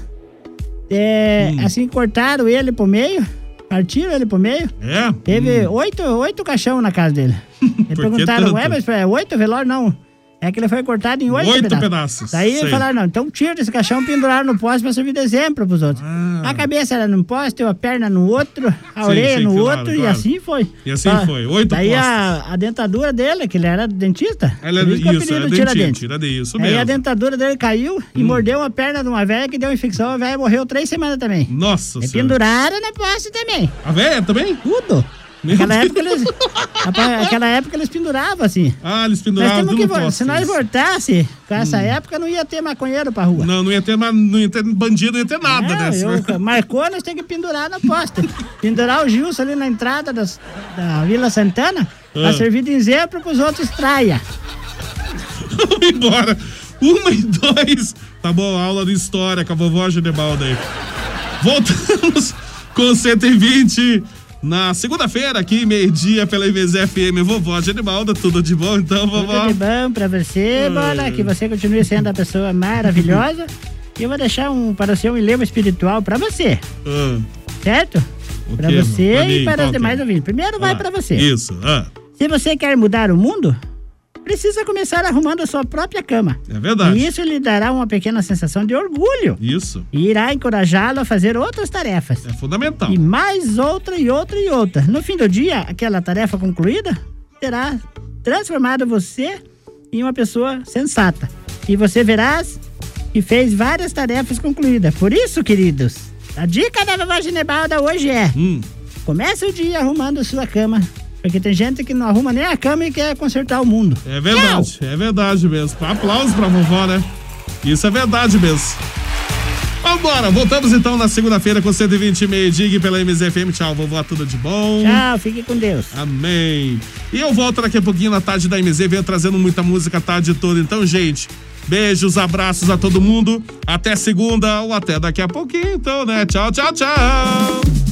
Speaker 5: é, assim, cortaram ele pro meio, partiram ele pro meio.
Speaker 1: É?
Speaker 5: Teve oito, oito caixão na casa dele. Eles
Speaker 1: Por que
Speaker 5: perguntaram,
Speaker 1: tanto?
Speaker 5: ué, mas é oito velório? Não. É que ele foi cortado em oito,
Speaker 1: Oito
Speaker 5: pedaços.
Speaker 1: pedaços,
Speaker 5: Daí
Speaker 1: sei.
Speaker 5: falaram, não, então tira esse caixão, penduraram no poste pra servir de exemplo pros outros. A cabeça era num poste, a perna no outro, a
Speaker 1: Ah. Sim,
Speaker 5: orelha
Speaker 1: sim,
Speaker 5: no
Speaker 1: claro,
Speaker 5: outro, e
Speaker 1: claro.
Speaker 5: assim foi.
Speaker 1: E assim
Speaker 5: Ah,
Speaker 1: foi, oito
Speaker 5: Daí
Speaker 1: postes.
Speaker 5: a, a dentadura dele, que ele era dentista.
Speaker 1: Ela
Speaker 5: por
Speaker 1: é
Speaker 5: que o
Speaker 1: isso,
Speaker 5: apelido
Speaker 1: é dentista, tira dente, isso
Speaker 5: Aí a
Speaker 1: mesmo.
Speaker 5: dentadura dele caiu e
Speaker 1: Hum.
Speaker 5: mordeu a perna de uma velha que deu infecção. A velha morreu três semanas também.
Speaker 1: Nossa
Speaker 5: E
Speaker 1: Senhora.
Speaker 5: penduraram na posse também.
Speaker 1: A velha também?
Speaker 5: Tudo. Naquela época, eles, Rapaz, naquela época eles penduravam assim.
Speaker 1: Ah, eles
Speaker 5: nós
Speaker 1: penduravam
Speaker 5: temos
Speaker 1: tudo
Speaker 5: que,
Speaker 1: no
Speaker 5: vo-
Speaker 1: poste, Hum.
Speaker 5: Se nós
Speaker 1: isso.
Speaker 5: voltasse com essa época, não ia ter maconheiro pra rua.
Speaker 1: Não, não ia ter, ma- não ia ter bandido, não ia ter nada
Speaker 5: Não,
Speaker 1: dessa.
Speaker 5: eu- marcou, nós temos que pendurar na posta. pendurar o Gilson ali na entrada das- da Vila Santana pra
Speaker 1: Ah.
Speaker 5: servir de exemplo pros outros traia.
Speaker 1: Vamos embora. Uma e dois. Tá bom, aula de história com a vovó Genebalda aí. Voltamos com 120 na segunda-feira, aqui, meio-dia, pela IBZ-FM. Vovó Genebalda, tudo de bom então, vovó?
Speaker 5: Tudo de bom pra
Speaker 1: Hum.
Speaker 5: você, Bola, que você continue sendo a pessoa maravilhosa. E eu vou deixar um, para você um enlevo espiritual pra você,
Speaker 1: Ah,
Speaker 5: certo?
Speaker 1: o
Speaker 5: Pra
Speaker 1: quê?
Speaker 5: você
Speaker 1: Pra
Speaker 5: e
Speaker 1: mim,
Speaker 5: para
Speaker 1: qual
Speaker 5: os
Speaker 1: que é?
Speaker 5: demais ouvintes. Primeiro vai
Speaker 1: Ah,
Speaker 5: pra você.
Speaker 1: Isso, ah,
Speaker 5: Se você quer mudar o mundo, precisa começar arrumando a sua própria cama.
Speaker 1: é verdade.
Speaker 5: E isso lhe dará uma pequena sensação de orgulho
Speaker 1: Isso.
Speaker 5: e irá encorajá-lo a fazer outras tarefas.
Speaker 1: É fundamental.
Speaker 5: E mais outra e outra e outra. No fim do dia, aquela tarefa concluída terá transformado você em uma pessoa sensata. E você verás que fez várias tarefas concluídas. Por isso, queridos, a dica da vovó Ginebalda hoje é:
Speaker 1: Hum.
Speaker 5: comece o dia arrumando sua cama. Porque tem gente que não arruma nem a cama e quer consertar o mundo.
Speaker 1: É verdade, é verdade mesmo. Aplausos pra vovó, né? Isso é verdade mesmo. Vambora, voltamos então na segunda-feira com 120 e meio. Dig pela MZFM. Tchau, vovó, tudo de bom.
Speaker 5: Tchau, fique com Deus.
Speaker 1: Amém. E eu volto daqui a pouquinho na tarde da MZ. Venho trazendo muita música a tarde toda. Então, gente, beijos, abraços a todo mundo. Até segunda ou até daqui a pouquinho, então, né? Tchau, tchau, tchau.